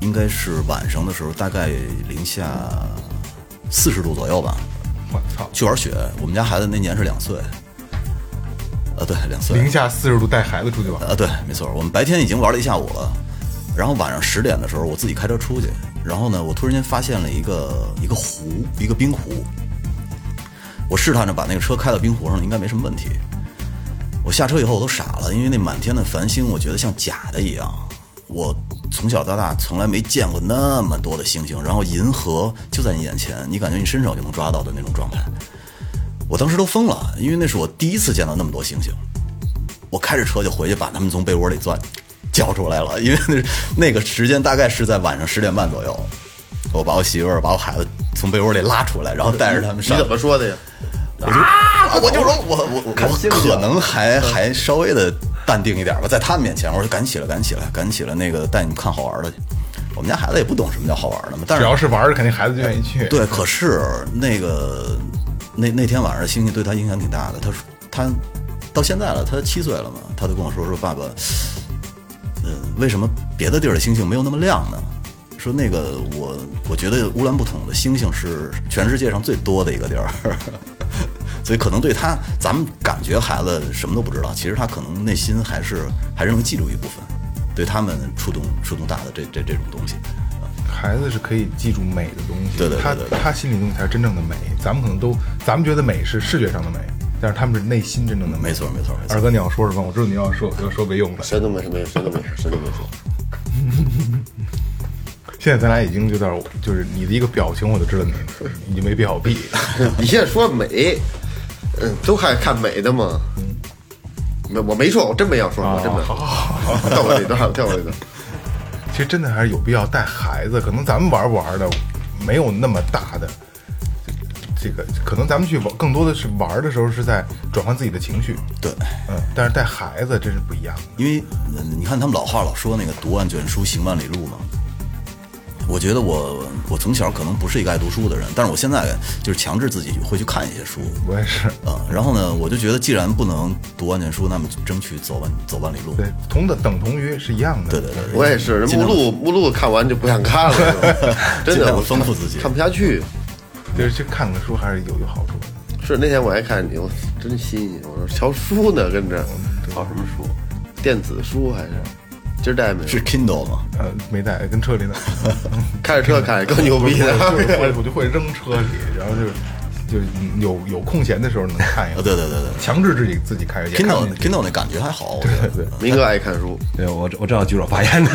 S7: 应该是晚上的时候，大概零下四十度左右吧，
S4: 我操，
S7: 去玩雪。我们家孩子那年是两岁，呃，对，两岁，
S4: 零下四十度带孩子出去玩，
S7: 啊，对，没错，我们白天已经玩了一下午了，然后晚上十点的时候，我自己开车出去，然后呢，我突然间发现了一个一个湖，一个冰湖。我试探着把那个车开到冰湖上，应该没什么问题。我下车以后我都傻了，因为那满天的繁星，我觉得像假的一样。我从小到大从来没见过那么多的星星，然后银河就在你眼前，你感觉你伸手就能抓到的那种状态。我当时都疯了，因为那是我第一次见到那么多星星。我开着车就回去把他们从被窝里钻叫出来了，因为那是那个时间大概是在晚上十点半左右，我把我媳妇儿把我孩子从被窝里拉出来，然后带着他们
S3: 你
S7: 上。
S3: 怎么说的呀？
S7: 啊我就说我我我我可能还还稍微的淡定一点吧，在他们面前，我说赶紧起来，赶紧起来，赶紧起来，那个带你们看好玩的去。我们家孩子也不懂什么叫好玩的嘛，但
S4: 只
S7: 是
S4: 要是玩儿，肯定孩子就愿意去。
S7: 对，可是那个那那天晚上星星对他影响挺大的。他说他到现在了，他七岁了嘛，他就跟我说说爸爸，嗯、为什么别的地儿的星星没有那么亮呢？说那个我我觉得乌兰布统的星星是全世界上最多的一个地儿， *laughs* 所以可能对他咱们感觉孩子什么都不知道，其实他可能内心还是还是能记住一部分，对他们触动触动大的这这这种东西。
S4: 孩子是可以记住美的东西，
S7: 对对对
S4: 他
S7: 对对
S4: 他心里东西才是真正的美。咱们可能都，咱们觉得美是视觉上的美，但是他们是内心真正的美。
S7: 没错没错没错
S4: 二哥，你要说什么？我知道你要说要说没用的。
S3: 谁都没没谁都没谁都没说。
S4: 现在咱俩已经有点儿，就是你的一个表情，我就知道你你就没必要避。
S3: 你现在说美，嗯，都看看美的嘛。没，我没说，我真没要说，
S4: 啊
S3: 我真没有。跳过这段，跳过这段。
S4: 其实真的还是有必要带孩子，可能咱们玩不玩的没有那么大的这个，可能咱们去玩更多的是玩的时候是在转换自己的情绪，
S7: 对。
S4: 嗯，但是带孩子真是不一样的。
S7: 因为呃你看他们老话老说那个“读万卷书，行万里路”嘛。我觉得我我从小可能不是一个爱读书的人，但是我现在就是强制自己会去看一些书
S4: 我也是，
S7: 啊、然后呢，我就觉得既然不能读万卷书，那么争取走万走万里路。
S4: 对，同等等同于是一样的。
S7: 对对对
S3: 我也是，人目录目录看完就不想看了，真
S7: 尽
S3: 的，
S7: 量
S3: 我
S7: 丰富自己
S3: 看不下去。
S4: 就是去看看书还是有有好处的。
S3: 是那天我还看你，我真新鲜，我说瞧书呢，跟着
S6: 考什么书？
S3: 电子书还是今儿带没？
S7: 是 Kindle 嘛？
S4: 呃，没带，跟车里呢。
S3: 开着车看更牛
S4: 我
S3: 逼
S4: 就 *laughs*
S3: 的。
S4: 会我就会扔车里，然后就是就是有有空闲的时候能看一
S7: 啊，
S4: 看，
S7: 对对对对
S4: 强制自己自己看，也看不
S7: ，Kindle
S4: 进去
S7: Kindle 那感觉还好，我觉得。
S3: 明哥爱看书，
S5: 对，我我正要举手发言呢。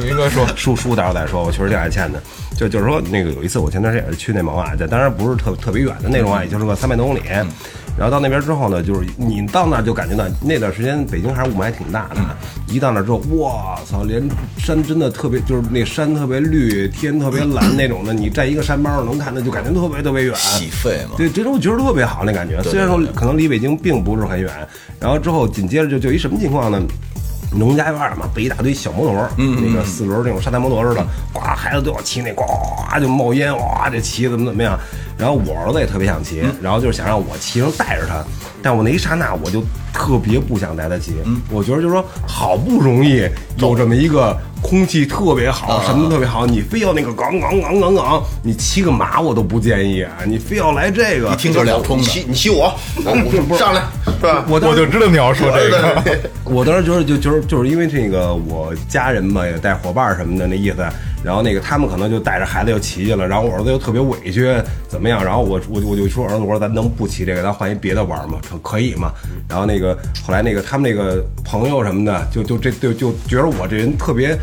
S4: 你应该说
S5: 输输待会儿再说，我 *laughs* 确实挺爱欠的。就就是说，那个有一次我前段时间也是去内蒙啊，这当然不是特特别远的那种啊，也就是个三百多公里。然后到那边之后呢，就是你到那儿就感觉到那段时间北京还是雾霾挺大的，啊一到那儿之后，我操，连山真的特别，就是那山特别绿，天特别蓝那种的，你站一个山包上能看的，就感觉特别特别远，
S7: 洗肺嘛
S5: 对，这种我觉得特别好那感觉，虽然说可能离北京并不是很远。然后之后紧接着就就一什么情况呢？农家院儿嘛，备一大堆小摩托，嗯，那个四轮儿那种沙滩摩托似的，呱，孩子都要骑那，呱就冒烟，哇，这骑怎么怎么样？然后我儿子也特别想骑，然后就是想让我骑，然后带着他，但我那一刹那我就特别不想带他骑，我觉得就是说好不容易有这么一个空气特别
S7: 啊
S5: 好，什么都特别好，你非要那个杠杠杠杠杠，你骑个马我都不建议啊，你非要来这个，
S7: 一听就是两冲
S3: 你
S7: 的。
S3: 骑你骑
S7: *laughs*
S3: 我，我我上来是吧？
S5: 我
S4: *laughs*
S5: 当
S4: 我
S5: 时
S4: 就知道你要说这个。
S5: 我当时觉得就就是就是因为这个我家人嘛也带伙伴什么的那意思，然后那个他们可能就带着孩子又骑去了，然后我儿子又特别委屈怎么样，然后我我我就说儿子我说咱能不骑这个，咱换一别的玩儿吗？可可以吗？然后那个后来那个他们那个朋友什么的就就这就就觉得我这人特别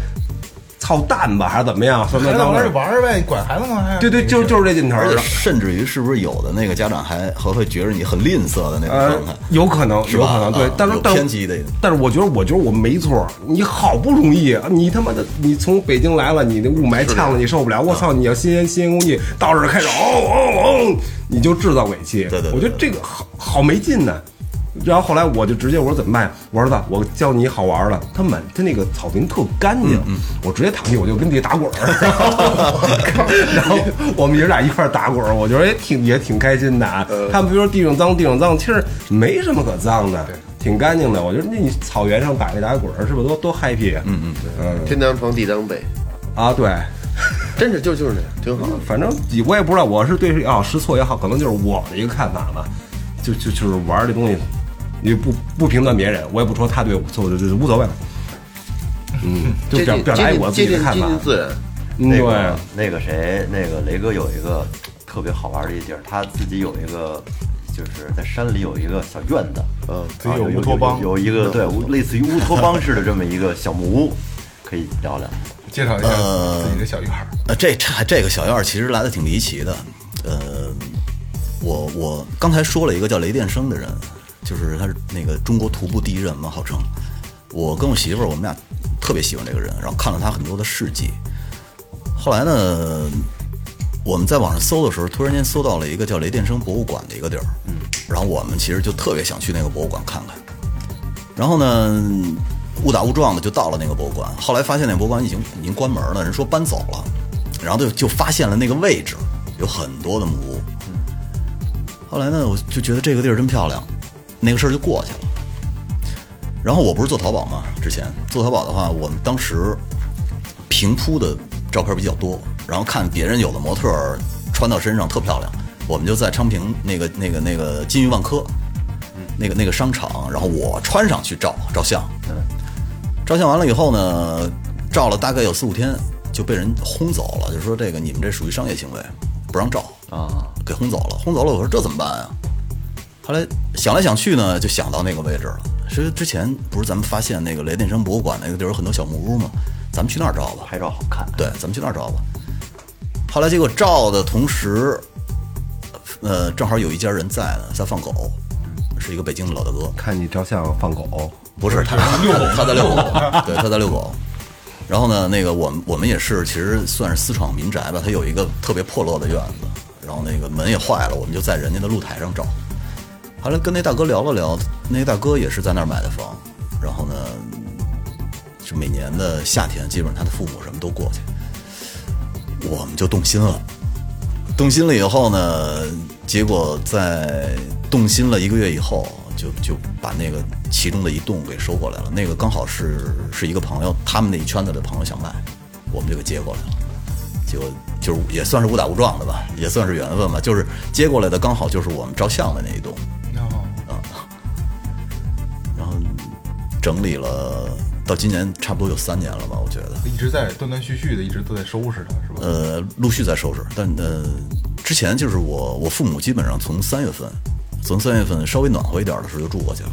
S5: 操蛋吧还是怎么样？算不
S4: 孩
S5: 算
S4: 子
S5: 脏
S4: 玩儿
S5: 事
S4: 就？玩儿呗，你管孩子干嘛呀？
S5: *laughs* 对对，就是就是这劲头儿
S7: 而且。甚至于是不是有的那个家长还还会觉着你很吝啬的那种
S5: 呃
S7: 状态？，
S5: 有可能，
S7: 是
S5: 有
S7: 吧
S5: 可能，对
S7: 啊，
S5: 但是
S7: 有
S5: 但是
S7: 偏激的
S5: 但是我觉得，我觉得我没错儿。你好不容易，啊你他妈的，你从北京来了，你那雾霾呛了，你受不了。
S7: 啊
S5: 我操！你要新鲜新鲜空气，到这儿开始，哦哦哦，你就制造尾气。
S7: 对对对
S5: 我觉得这个好好没劲呢。然后后来我就直接我说怎么办呀？我儿子，我教你好玩儿的。他满他那个草坪特干净，我直接躺地我就跟地打滚儿， *laughs* 然后我们爷俩一块儿打滚儿，我觉得也挺也挺开心的啊。他们就说地上脏地上脏，其实没什么可脏的，挺干净的。我觉得那你草原上打一打滚儿是不是多多 happy 啊？嗯嗯嗯
S3: 天当床，地当被，
S5: 啊对。
S3: 真是就就是那样，挺好的。
S5: 反正我也不知道，我是对这啊试错也好，可能就是我的一个看法吧。就就就是玩儿这东西，也不不评断别人，我也不说他对我错，就就无所谓了。嗯，就
S3: 接
S5: 表
S3: 近
S5: 表
S3: 接
S5: 达
S3: 近
S5: 我自
S3: 接
S5: 己的
S3: 近
S5: 看
S3: 接
S5: 法
S3: 近。自然，
S5: 嗯，
S6: 那
S5: 对
S6: 个，那个谁，那个雷哥有一个特别好玩的一地儿，他自己有一个，就是在山里有一个小院子，
S3: 嗯，
S4: 自己
S6: 啊
S4: 有乌
S6: 有
S4: 托邦嗯
S6: 有有一个对乌类似于乌托邦似的这么一个小木屋，可以聊聊。
S4: 介绍一下自己的小院儿。
S7: 呃，这这这个小院儿其实来的挺离奇的。呃，我我刚才说了一个叫雷电生的人，就是他是那个中国徒步第一人嘛，号称。我跟我媳妇儿，我们俩特别喜欢这个人，然后看了他很多的事迹。后来呢，我们在网上搜的时候，突然间搜到了一个叫雷电生博物馆的一个地儿，嗯，然后我们其实就特别想去那个博物馆看看。然后呢，误打误撞的就到了那个博物馆。后来发现那博物馆已经已经关门了，人说搬走了，然后就就发现了那个位置有很多的木屋。后来呢，我就觉得这个地儿真漂亮，那个事儿就过去了。然后我不是做淘宝嘛，之前做淘宝的话，我们当时平铺的照片比较多，然后看别人有的模特儿穿到身上特漂亮，我们就在昌平那个那个那个金域万科，那个那个商场，然后我穿上去照照相，
S6: 嗯
S7: 照相完了以后呢，照了大概有四五天就被人轰走了，就说这个你们这属于商业行为，不让照
S6: 啊，
S7: 给轰走了，轰走了，我说这怎么办啊？后来想来想去呢，就想到那个位置了。其实之前不是咱们发现那个雷电山博物馆那个地儿有很多小木屋吗？咱们去那儿照吧。
S6: 拍照好看。
S7: 对，咱们去那儿照吧。后来结果照的同时，呃，正好有一家人在呢，在放狗，是一个北京的老大哥。
S5: 看你照相放狗，
S7: 不是他他在遛狗， *laughs* 对，他在遛狗。然后呢，那个我们我们也是，其实算是私闯民宅吧。他有一个特别破落的院子，然后那个门也坏了，我们就在人家的露台上找。后来跟那大哥聊了聊，那个大哥也是在那儿买的房，然后呢，就每年的夏天，基本上他的父母什么都过去，我们就动心了。动心了以后呢，结果在动心了一个月以后，就就把那个其中的一栋给收过来了。那个刚好是是一个朋友，他们那一圈子的朋友想卖，我们就给接过来了。结果就是也算是误打误撞的吧，也算是缘分吧。就是接过来的刚好就是我们照相的那一栋，
S4: 哦
S7: 然后整理了到今年差不多有三年了吧，我觉得。
S4: 一直在断断续续的，一直都在收拾它，是吧？
S7: 呃，陆续在收拾，但呃，之前就是我我父母基本上从三月份，从三月份稍微暖和一点的时候就住过去了，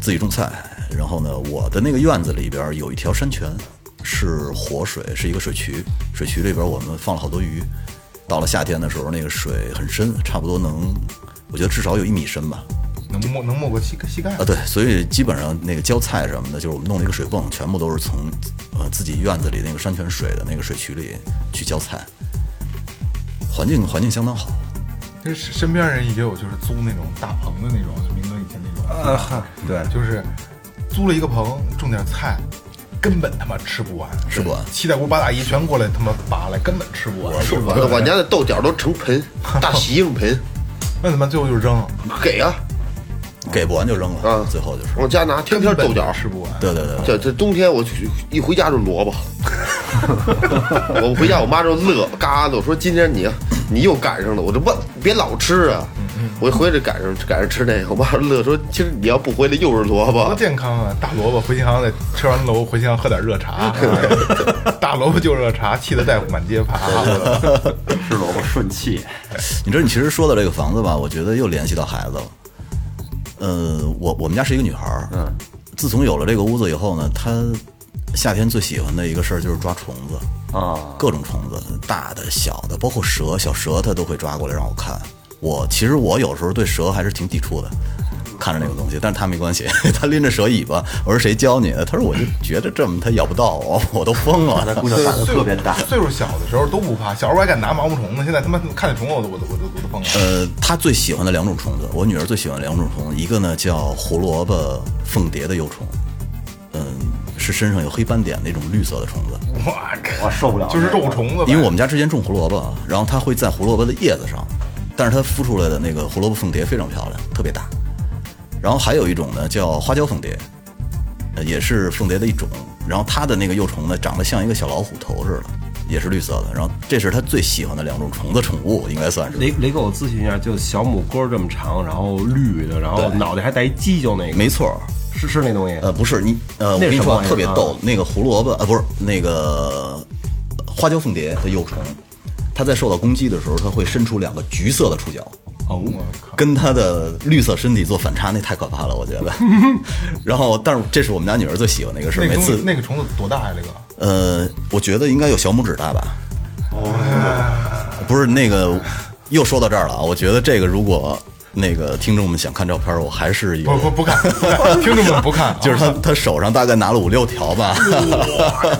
S7: 自己种菜。然后呢，我的那个院子里边有一条山泉，是活水，是一个水渠，水渠里边我们放了好多鱼。到了夏天的时候，那个水很深，差不多能，我觉得至少有一米深吧。
S4: 能没能没过膝盖膝盖
S7: 啊，对，所以基本上那个浇菜什么的，就是我们弄了一个水泵，全部都是从呃自己院子里那个山泉水的那个水渠里去浇菜，环境环境相当好。
S4: 就是身边人也有，就是租那种大棚的那种，就明哥以前那种，
S5: 啊呃，对，
S4: 就是租租了一个棚，种点菜，根本他妈吃不完，
S7: 吃不完
S4: 七大姑八大姨全过来他妈拔来，根本吃不完，吃不
S3: 我我家的豆角都成
S5: *laughs*
S3: 盆，大洗净盆，
S4: 那他妈最后就是扔了，
S3: 给啊！
S7: 给不完就扔了
S3: 啊，
S7: 最后就是，
S3: 往家拿，天天
S4: 根本
S3: 豆角。
S4: 吃不完。
S7: 对对对，
S3: 这这冬天我去一回家就萝卜， *laughs* 我回家我妈就乐嘎的，我说今天你啊你又赶上了，我就问别老吃啊，
S5: 嗯
S3: 我一回来赶上赶上吃那个，我妈乐说其实你要不回来又是萝
S4: 多
S3: 卜，
S4: 健康啊！大萝卜回新航得吃完楼回新航喝点热茶，大萝卜就热茶，气得大夫满街爬。
S6: 吃萝卜顺气，
S7: 你知道你其实说到这个房子吧，我觉得又联系到孩子了。呃，我我们家是一个女孩儿，嗯，自从有了这个屋子以后呢，她夏天最喜欢的一个事儿就是抓虫子
S6: 啊，
S7: 各种虫子，大的、小的，包括蛇，小蛇她都会抓过来让我看。我其实我有时候对蛇还是挺抵触的，看着那个东西，但是她没关系， *laughs* 她拎着蛇尾巴，我说谁教你的？她说我就觉得这么她咬不到我， *laughs* 我都疯了。
S6: 姑娘胆子特别大，
S4: 岁数小的时候都不怕，小时候还敢拿毛毛虫呢，现在他妈看见虫子我都我都我都我都疯了。
S7: *laughs* 呃，她最喜欢的两种虫子，我女儿最喜欢的两种虫子，一个呢叫胡萝卜凤蝶的幼虫，嗯，是身上有黑斑点那种绿色的虫子。
S4: 我
S6: 我
S4: 靠，
S6: 受不了，
S4: 就是肉虫子呗，
S7: 因为我们家之前种胡萝卜，啊然后它会在胡萝卜的叶子上，但是它孵出来的那个胡萝卜凤蝶非常漂亮，特别大。然后还有一种呢叫花椒凤蝶，呃，也是凤蝶的一种。然后它的那个幼虫呢，长得像一个小老虎头似的，也是绿色的。然后这是它最喜欢的两种虫子宠物，应该算是。
S5: 雷雷哥，我咨询一下，就小拇哥这么长，然后绿的，然后脑袋还带一犄角那个，
S7: 没错，
S5: 是是那东西。
S7: 呃，不是你，呃，我
S5: 那
S7: 跟
S5: 是
S7: 你
S5: 什么
S7: 说
S5: 玩意儿
S7: 特别
S5: 啊
S7: 逗，那个胡萝卜，呃，不是那个花椒凤蝶的幼虫，它在受到攻击的时候，它会伸出两个橘色的触角，
S4: 哦，我靠，
S7: 跟它的绿色身体做反差，那太可怕了，我觉
S4: *laughs*
S7: 得。然后，但是这是我们家女儿最喜欢的一个事儿，
S4: 那个
S7: 每
S4: 东西
S7: 次，
S4: 那个虫子多大呀？这个
S7: 呃，我觉得应该有小拇指大吧。哦，不是那个，又说到这儿了啊，我觉得这个如果那个听众们想看照片儿，我还是有
S4: 不不不看，不看听众们不看啊，
S7: *laughs* 就是他他手上大概拿了五六条吧。 *laughs*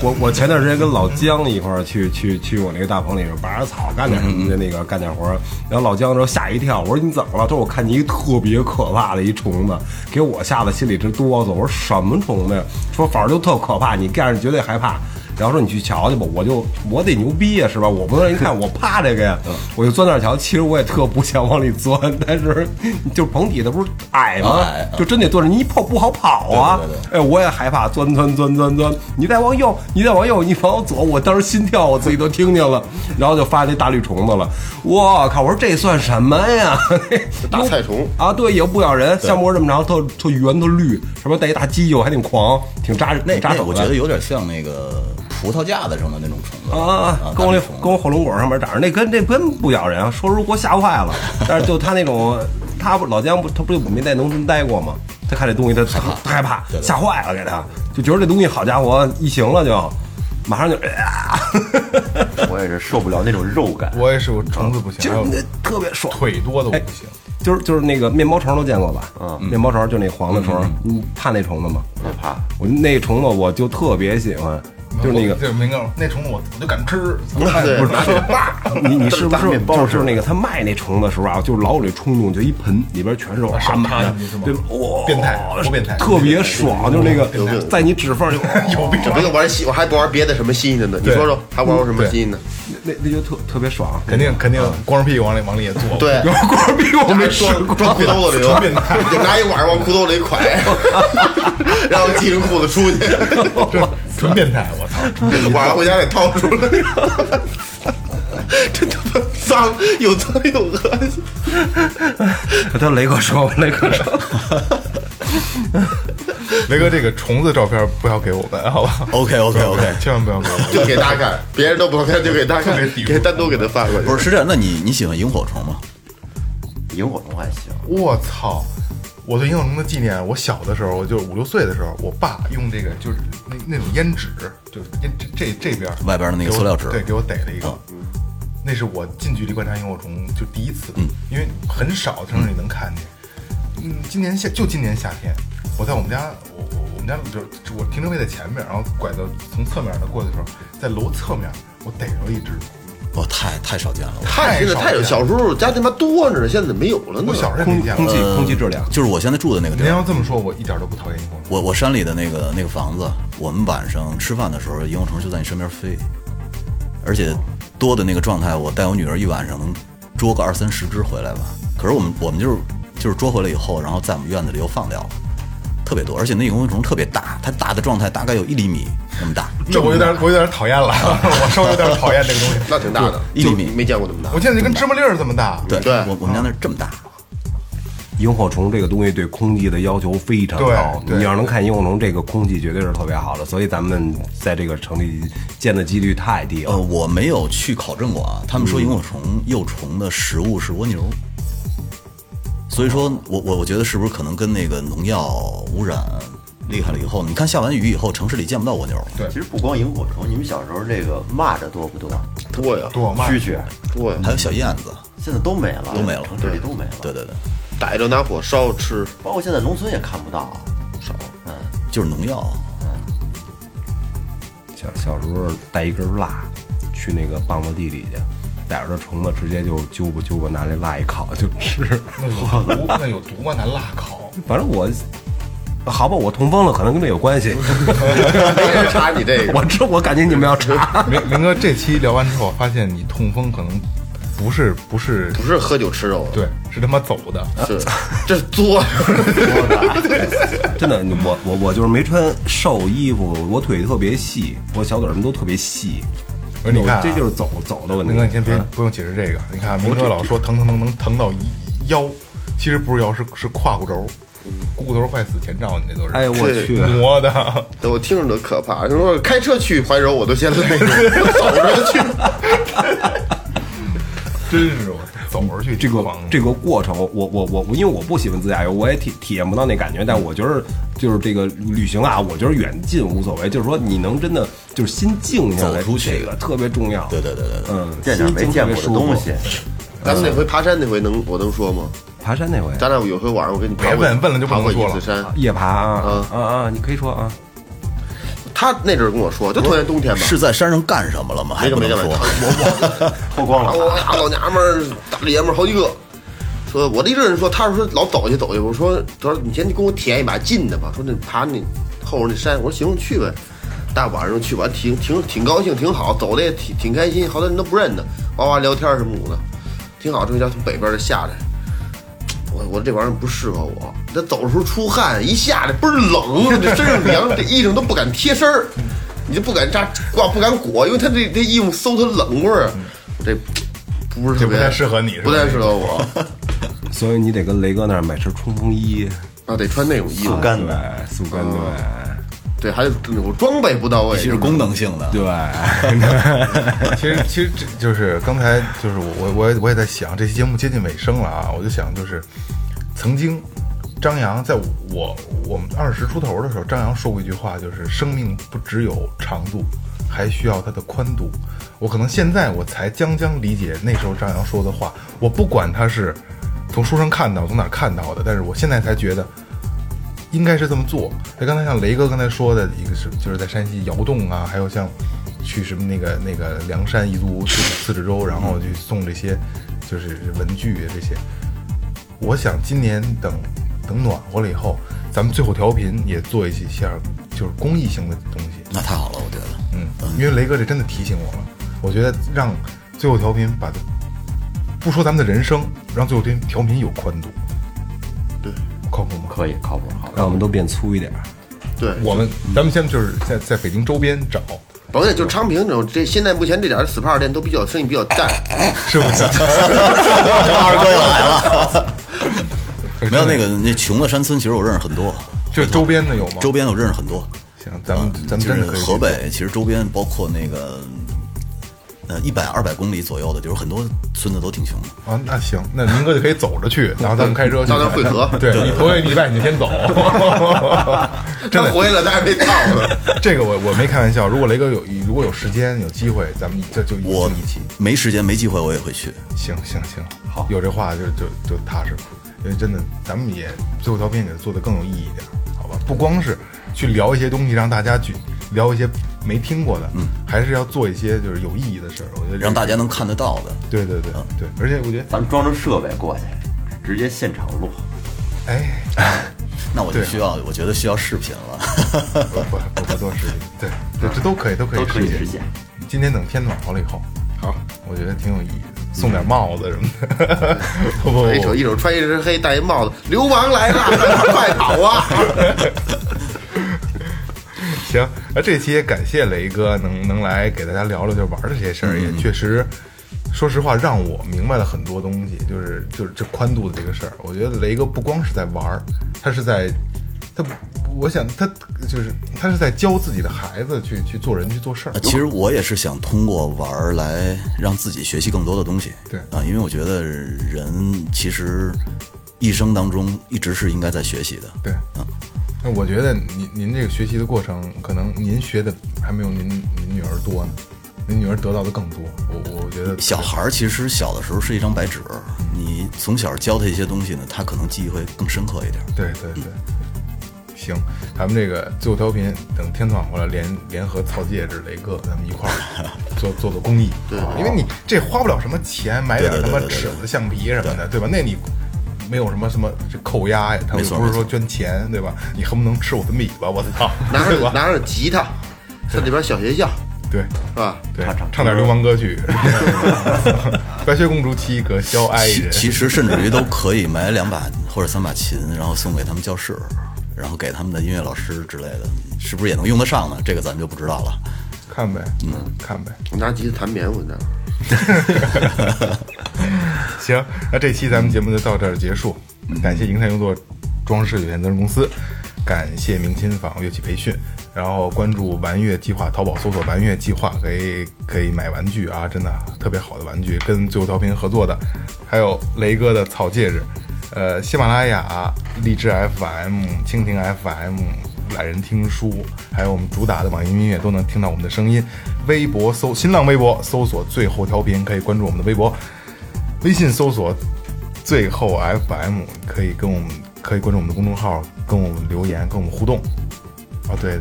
S5: 我我前段时间跟老姜一块儿去去去我那个大棚里边拔点草，干点什么的那个干点活儿。然后老姜说吓一跳，我说你怎么了？他说我看见一个特别可怕的一虫子，给我吓得心里直哆嗦。我说什么虫子呀？说反正就特可怕，你看着绝对害怕。然后说你去瞧瞧吧，我就我得牛逼呀，是吧？我不能让人看我怕这个呀，我就钻那儿瞧。其实我也特不想往里钻，但是就是棚底下不是矮吗？
S7: 矮
S5: 就真得坐着，你一跑不好跑啊！哎，我也害怕，钻钻钻钻钻，你再往右，你再往右，你往左，我当时心跳我自己都听见了，然后就发现这大绿虫子了，我靠！我说这算什么
S7: *laughs*
S5: 呀？
S3: 大菜虫
S5: 啊，对，也不咬人，香脖这么长，特特圆特绿，什么带一大犄角，还挺狂，挺扎
S7: 那
S5: 挺扎
S7: 那
S5: 手
S7: 我
S5: 的
S7: 觉得有点像那个葡萄架子上的那种虫子
S5: 啊啊！跟我那
S7: 大绿虫
S5: 跟我火龙果上面长着，那跟这根不咬人啊！说如给我吓坏了，但是就他那种，他不老姜不他不就没在农村待过吗？他看这东西他他他害怕，吓坏了给他，就觉得这东西好家伙，一行了就，马上就啊，
S6: 我也是受不了那种肉感，
S4: 我也是，我虫子不行，
S5: 就
S4: 还有
S5: 是那特别爽。
S4: 腿多的我不行。
S5: 就是就是那个面包虫都见过吧？面包虫就那黄的虫，你怕那虫子吗？
S6: 我怕。
S5: 我那虫子我就特别喜欢，哎就是那个
S4: 就是没告那虫子我我就敢吃，
S3: 对
S4: 不是爸，
S5: *laughs* 你你是不
S6: 大
S5: 是
S6: 面包
S5: 就是那个他卖那虫子的时候啊，就是老有这冲动，就一盆里边全是哇
S4: 啊上
S5: 满的
S4: 进去是吗，
S5: 对吧？哇，
S4: 变态多变态
S5: 特别爽，就是那个在你指缝里，有病，
S3: 整这个玩戏我还不玩别的什么新的呢？你
S4: 对
S3: 说说还玩过
S5: 嗯
S3: 什么新的？
S5: 那那就特特别爽。
S4: 肯
S3: 嗯
S4: 定肯定光着屁股往里往里也坐。
S3: *laughs* 对，
S5: 有光逼我没试
S4: *laughs*
S3: 装
S5: 过，
S3: 装裤兜子里头
S4: 纯变态，
S3: 就拿一碗儿往裤兜里蒯， *laughs* 然后系着裤子出去， *laughs*
S4: 这纯变态，我操！
S3: 晚上回家给掏出来， *laughs* 真他妈脏，又脏又恶心。
S5: 他雷哥说，雷哥说，
S4: 雷哥，这个虫子照片不要给我们，好吧
S7: OK OK OK，
S4: 千万不要给我们。
S3: 哦就给他看，别人都不看，就给他看
S4: 特别抵，触
S3: 给单独给他发过去。
S7: 不是是这样，那你你喜欢萤火虫吗？
S6: 萤火虫还行，
S4: 我操！我对萤火虫的纪念，我小的时候，我就五六岁的时候，我爸用这个就是那那种烟纸，就是烟这这这边儿
S7: 外边的那
S4: 给
S7: 个
S4: 我
S7: 塑料纸嗯
S4: 对，给我逮了一个。那是我近距离观察萤火虫就第一次，
S7: 嗯
S4: 因为很少城市里能看见。嗯，今年夏就今年夏天，我在我们家，我我我们家就是我停车位在前面，然后拐到从侧面的过去的时候，在楼侧面我逮着了一只，
S7: 我太太少见了。我
S3: 太现在太有，小时候家他妈多着呢，现在没有
S7: 哦
S3: 了呢。
S4: 我小时候也
S5: *laughs* 空
S4: 没见
S5: 空
S4: 过。
S5: 气空气质量，
S7: 就是我现在住的那个地
S4: 您
S7: 儿，
S4: 要这么说，我一点都不讨厌萤火虫。
S7: 我我山里的那个那个房子，我们晚上吃饭的时候，萤火虫就在你身边飞，而且多的那个状态，我带我女儿一晚上能捉个二三十只回来吧。可是我们我们就是就是捉回来以后，然后在我们院子里又放掉了，特别多，而且那萤火虫特别大，它大的状态大概有一厘米那么大，
S4: 这我有点，我有点讨厌了， *laughs* 我稍微有点讨厌这个东西。
S3: 那挺大的，
S7: 一厘米。
S3: 没见过那么大
S4: 我。见就跟芝麻粒儿这么大，
S7: 对，
S3: 对
S7: 我我们家那儿这么大，
S5: 萤火虫这个东西对空气的要求非常
S4: 对
S5: 高。
S4: 对
S5: 你要是能看萤火虫，这个空气绝对是特别好的，所以咱们在这个城里见的几率太低了。
S7: 呃，我没有去考证过啊。他们说萤火虫幼虫的食物是蜗牛，所以说我我我觉得是不是可能跟那个农药污染厉害了以后，你看下完雨以后，城市里见不到蜗牛了。
S4: 对
S6: 其实不光萤火虫，你们小时候这个蚂蚱多不多？
S3: 多呀
S4: 多嘛？
S6: 蛐蛐
S3: 多呀，
S7: 还有小燕子，
S6: 现在都没了，
S7: 嗯都没了
S6: 城市里都没了。
S7: 对，对对，
S3: 逮着拿火烧吃，
S6: 包括现在农村也看不到，
S3: 少
S6: 嗯，
S7: 就是农药。
S5: 小小时候带一根蜡去那个棒子地里去，逮着虫子直接就揪吧揪吧，拿那蜡一烤就吃。
S4: 那有毒，那有毒吗？那辣烤，
S5: 反正我，好吧，我痛风了，可能跟这有关系。
S3: *laughs* 没人查你这个。
S5: 我这我感觉你们要查， *laughs*
S4: 明明哥这期聊完之后，发现你痛风可能不是不是
S3: 不是喝酒吃肉的，
S4: 对，是他妈走的。
S3: 是这是作。
S5: 真的，我我我就是没穿瘦衣服，我腿特别细，我小腿什么都特别细。
S4: 我说你看啊
S5: 我这就是嗯走走的问题。
S4: 明哥，你先别不用解释这个。你看，啊明哥老说疼疼疼能疼到腰，其实不是腰，是是胯骨轴，股骨头坏死前兆，你这都是
S5: 嗯哎，我去，
S4: 磨的。
S3: 我听着都可怕。就说开车去怀柔，我都嫌累， *laughs* 走着去。
S4: 真是我走着去
S5: 这个
S4: 房
S5: 这个过程，我我我我，因为我不喜欢自驾游，我也体体验不到那感觉。但我觉得就是这个旅行啊，我觉得远近无所谓，就是说你能真的就是心静下来，
S7: 走出去
S5: 这个特别重要。
S7: 对对对对对，
S5: 嗯，
S6: 见点没见过的东西
S5: 心情特别舒服。
S3: 咱们那回爬山那回能我能说吗？
S5: 爬山那回
S3: 咱俩有回晚上我跟你爬
S4: 别
S3: 过
S4: 问问了就不
S3: 爬
S4: 能
S3: 过
S4: 说了
S3: 一次山。
S5: 夜爬
S6: 嗯
S5: 啊啊啊！你可以说啊，
S3: 他那阵儿跟我说，就头年冬天吧，
S7: *laughs* 是在山上干嗯什么了吗？还
S3: 没
S7: 不
S3: 个没
S7: 能
S3: 个没
S7: 说
S3: 个，。我
S7: *laughs*
S6: 脱光
S3: 我
S6: 了，
S3: 我俩老娘们儿大老爷们儿好几个，说我的一阵人说，他说老走去走去，我说他说你先跟我体验一把近的吧，说那爬那后边那山，我说行去呗，大晚上去吧，挺挺挺高兴，挺好，走的也挺挺开心，好多人都不认得，哇哇聊天什么的，挺好。这回家从北边儿下来，我我这玩意儿不适合我，这走的时候出汗，一下来倍儿冷，这身上凉，这衣裳都不敢贴身儿，你就不敢扎挂，不敢裹，因为他这这衣服嗖它冷味儿，我这不是特
S4: 这不
S3: 别
S4: 太适合你是吧
S3: 不太适合我
S5: 所以你得跟雷哥那儿买身冲锋衣，
S3: 啊，得穿那种衣服
S6: 不，干
S5: 对
S6: 的。，嗯
S5: 速干对
S3: 对，还有那种装备不到位，
S7: 其实功能性的，
S5: 对，
S4: *laughs* 其实其实这就是刚才就是我我我也我也在想，这期节目接近尾声了啊，我就想就是曾经张扬在我我们二十出头的时候，张扬说过一句话，就是生命不只有长度，还需要它的宽度。我可能现在我才将将理解那时候张扬说的话，我不管他是从书上看到从哪儿看到的，但是我现在才觉得应该是这么做。那刚才像雷哥刚才说的一个是，就是在山西窑洞啊，还有像去什么那个那个梁山彝族自治自治州，然后去送这些就是文具啊这些。我想今年等等暖和了以后，咱们最后调频也做一些下就是公益性的东西。
S7: 那太好了，我觉得。
S4: 嗯，因为雷哥这真的提醒我了，我觉得让最后调频把它不说咱们的人生，让最后调频调频有宽度，对，靠谱吗？
S6: 可以靠谱，靠谱。
S5: *laughs* 让我们都变粗一点。
S3: 对，
S4: 我们咱们先就是在在北京周边找，
S3: 甭管就昌平这种，这现在目前这点儿 SPA 店都比较生意比较淡，
S4: 是不是？
S7: *laughs* 二哥又来了， *laughs* 没有那个那穷的山村，其实我认识很多，
S4: 就周边的有吗？
S7: 周边我认识很多。
S4: 行，咱们咱们
S7: 就
S4: 真
S7: 是
S4: 的可以
S7: 河北，其实周边包括那个呃一百二百公里左右的，就是很多村子都挺穷的。
S4: 啊，那行，那明哥就可以走着
S7: *laughs*
S4: 去，然后咱们开车去
S3: 到那儿汇合
S4: *laughs* 对你头一礼拜你就先走，真
S3: 他
S4: 的。
S3: 回来了，但是没到呢。
S4: 这个我我没开玩笑，如果雷哥有如果有时间有机会，咱们这就一
S7: 我
S4: 起一起。
S7: 没时间没机会，我也会去。
S4: 行行行，好，有这话就就就踏实了，因为真的，咱们也最后调频给它做的更有意义一点，好吧？不光是去聊一些东西，让大家去聊一些没听过的，嗯，还是要做一些就是有意义的事儿。我觉得这
S7: 让大家能看得到的。
S4: 对对对对，而且我觉得，
S6: 咱们装着设备过去，直接现场录。
S4: 哎，
S7: 那我就
S4: 对啊
S7: 需要，我觉得需要视频
S4: *laughs*
S7: 了。
S4: 我不我不做事情，对对，这都可以，都可以
S6: 都可以
S4: 实
S6: 实现。
S4: 今天等天暖和了以后，好，我觉得挺有意义的，送点帽子什么的。 *laughs* 不不
S3: 一手
S4: 不，
S3: 一手穿一身黑，戴一帽子，流氓来了，快跑
S4: *laughs*
S3: 啊！
S4: 行，那这期也感谢雷哥能能来给大家聊聊就玩的这些事儿，也
S7: 嗯
S4: 确实。说实话，让我明白了很多东西，就是就是这宽度的这个事儿。我觉得雷哥不光是在玩儿，他是在他，我想他就是他是在教自己的孩子去去做人去做事儿
S7: 呃。其实我也是想通过玩儿来让自己学习更多的东西。
S4: 对
S7: 啊，因为我觉得人其实一生当中一直是应该在学习的。啊
S4: 对，那我觉得您您这个学习的过程，可能您学的还没有您您女儿多呢，您女儿得到的更多。我我觉得
S7: 小孩儿其实小的时候是一张白纸，你从小教他一些东西呢，他可能记忆会更深刻一点。
S4: 对对对，行，咱们这个最后调频，等天暖和了，联联合曹戒指、雷哥，咱们一块
S7: *laughs*
S4: 儿做做做公益。对，因为你这花不了什么钱，买点
S7: 对
S4: 什
S7: 对
S4: 么
S7: 对对对
S4: 尺子、橡皮什么的，对吧？那你没有什么什么这扣押呀，他
S7: 没
S4: 又
S7: 错
S4: 不是
S7: 没
S4: 说
S7: 错
S4: 捐钱，对吧？你恨不能吃我的米吧？我操，
S3: 拿
S4: 对
S3: 着
S4: 吧？
S3: 拿着吉他，上那边小学校
S4: 对。
S3: 是吧？
S4: 对
S6: 唱唱，
S4: 唱点流氓歌
S7: *laughs*
S4: 曲，白雪公主七个小矮
S7: 其
S4: 人，
S7: 其实甚至于都可以买两把或者三把琴，然后送给他们教室，然后给他们的音乐老师之类的，是不是也能用得上呢？这个咱们就不知道了。
S4: 看呗，嗯，看呗。
S3: 我拿吉他弹棉花呢。
S4: *laughs* 行，那这期咱们节目就到这儿结束，感谢银泰用作装饰有限责任公司，感谢明琴坊乐器培训，然后关注玩乐计划，淘宝搜索“玩乐计划”可以可以买玩具啊，真的特别好的玩具，跟最后调频合作的，还有雷哥的草戒指，呃，喜马拉雅、荔枝 FM、蜻蜓 FM。懒人听书，还有我们主打的网易云音乐都能听到我们的声音。微博搜新浪微博搜索最后调频，可以关注我们的微博。微信搜索“最后 FM”，可以跟我们可以关注我们的公众号，跟我们留言，跟我们互动。哦，对，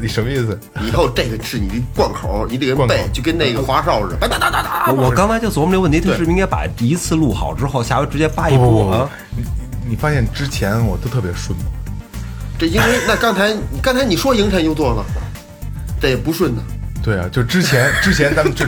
S4: 你什么意思？
S3: 以后这个是你的贯口，你得给
S4: 贯口
S3: 背，就跟那个华少似的，哒哒哒哒哒。
S5: 我我刚才就琢磨这个问题，他是不是应该把第一次录好之后，下回直接扒一
S4: 哎不
S5: 波
S4: 不不
S5: 啊？，
S4: 你你你发现之前我都特别顺吗？
S3: *laughs* 这因为那刚才刚才你说迎神又做了，这也不顺呢。
S4: 对啊，就之前 *laughs* 之前咱们这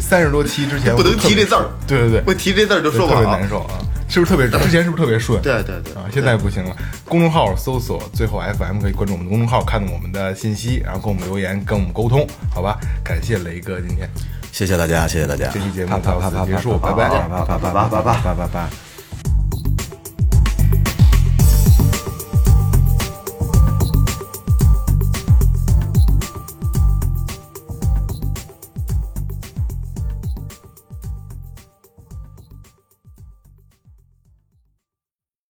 S4: 三十多期之前
S3: 不能
S4: 我都特别
S3: 提这字儿
S4: 对对对，
S3: 我提这字儿就说不
S4: 特
S3: 好
S4: 别难受啊，是不是特别之前是不是特别顺？
S3: 对对对
S4: 啊，现在不行了。公众号搜索最后 FM 可以关注我们的公众号，看到我们的信息，然后跟我们留言，跟我们沟通，好吧？感谢雷哥今天
S7: 谢谢大家，谢谢大家。
S4: 这期节目到此结束，拜拜。
S5: 啪啪啪啪啪啪啪啪啪啪啪啪。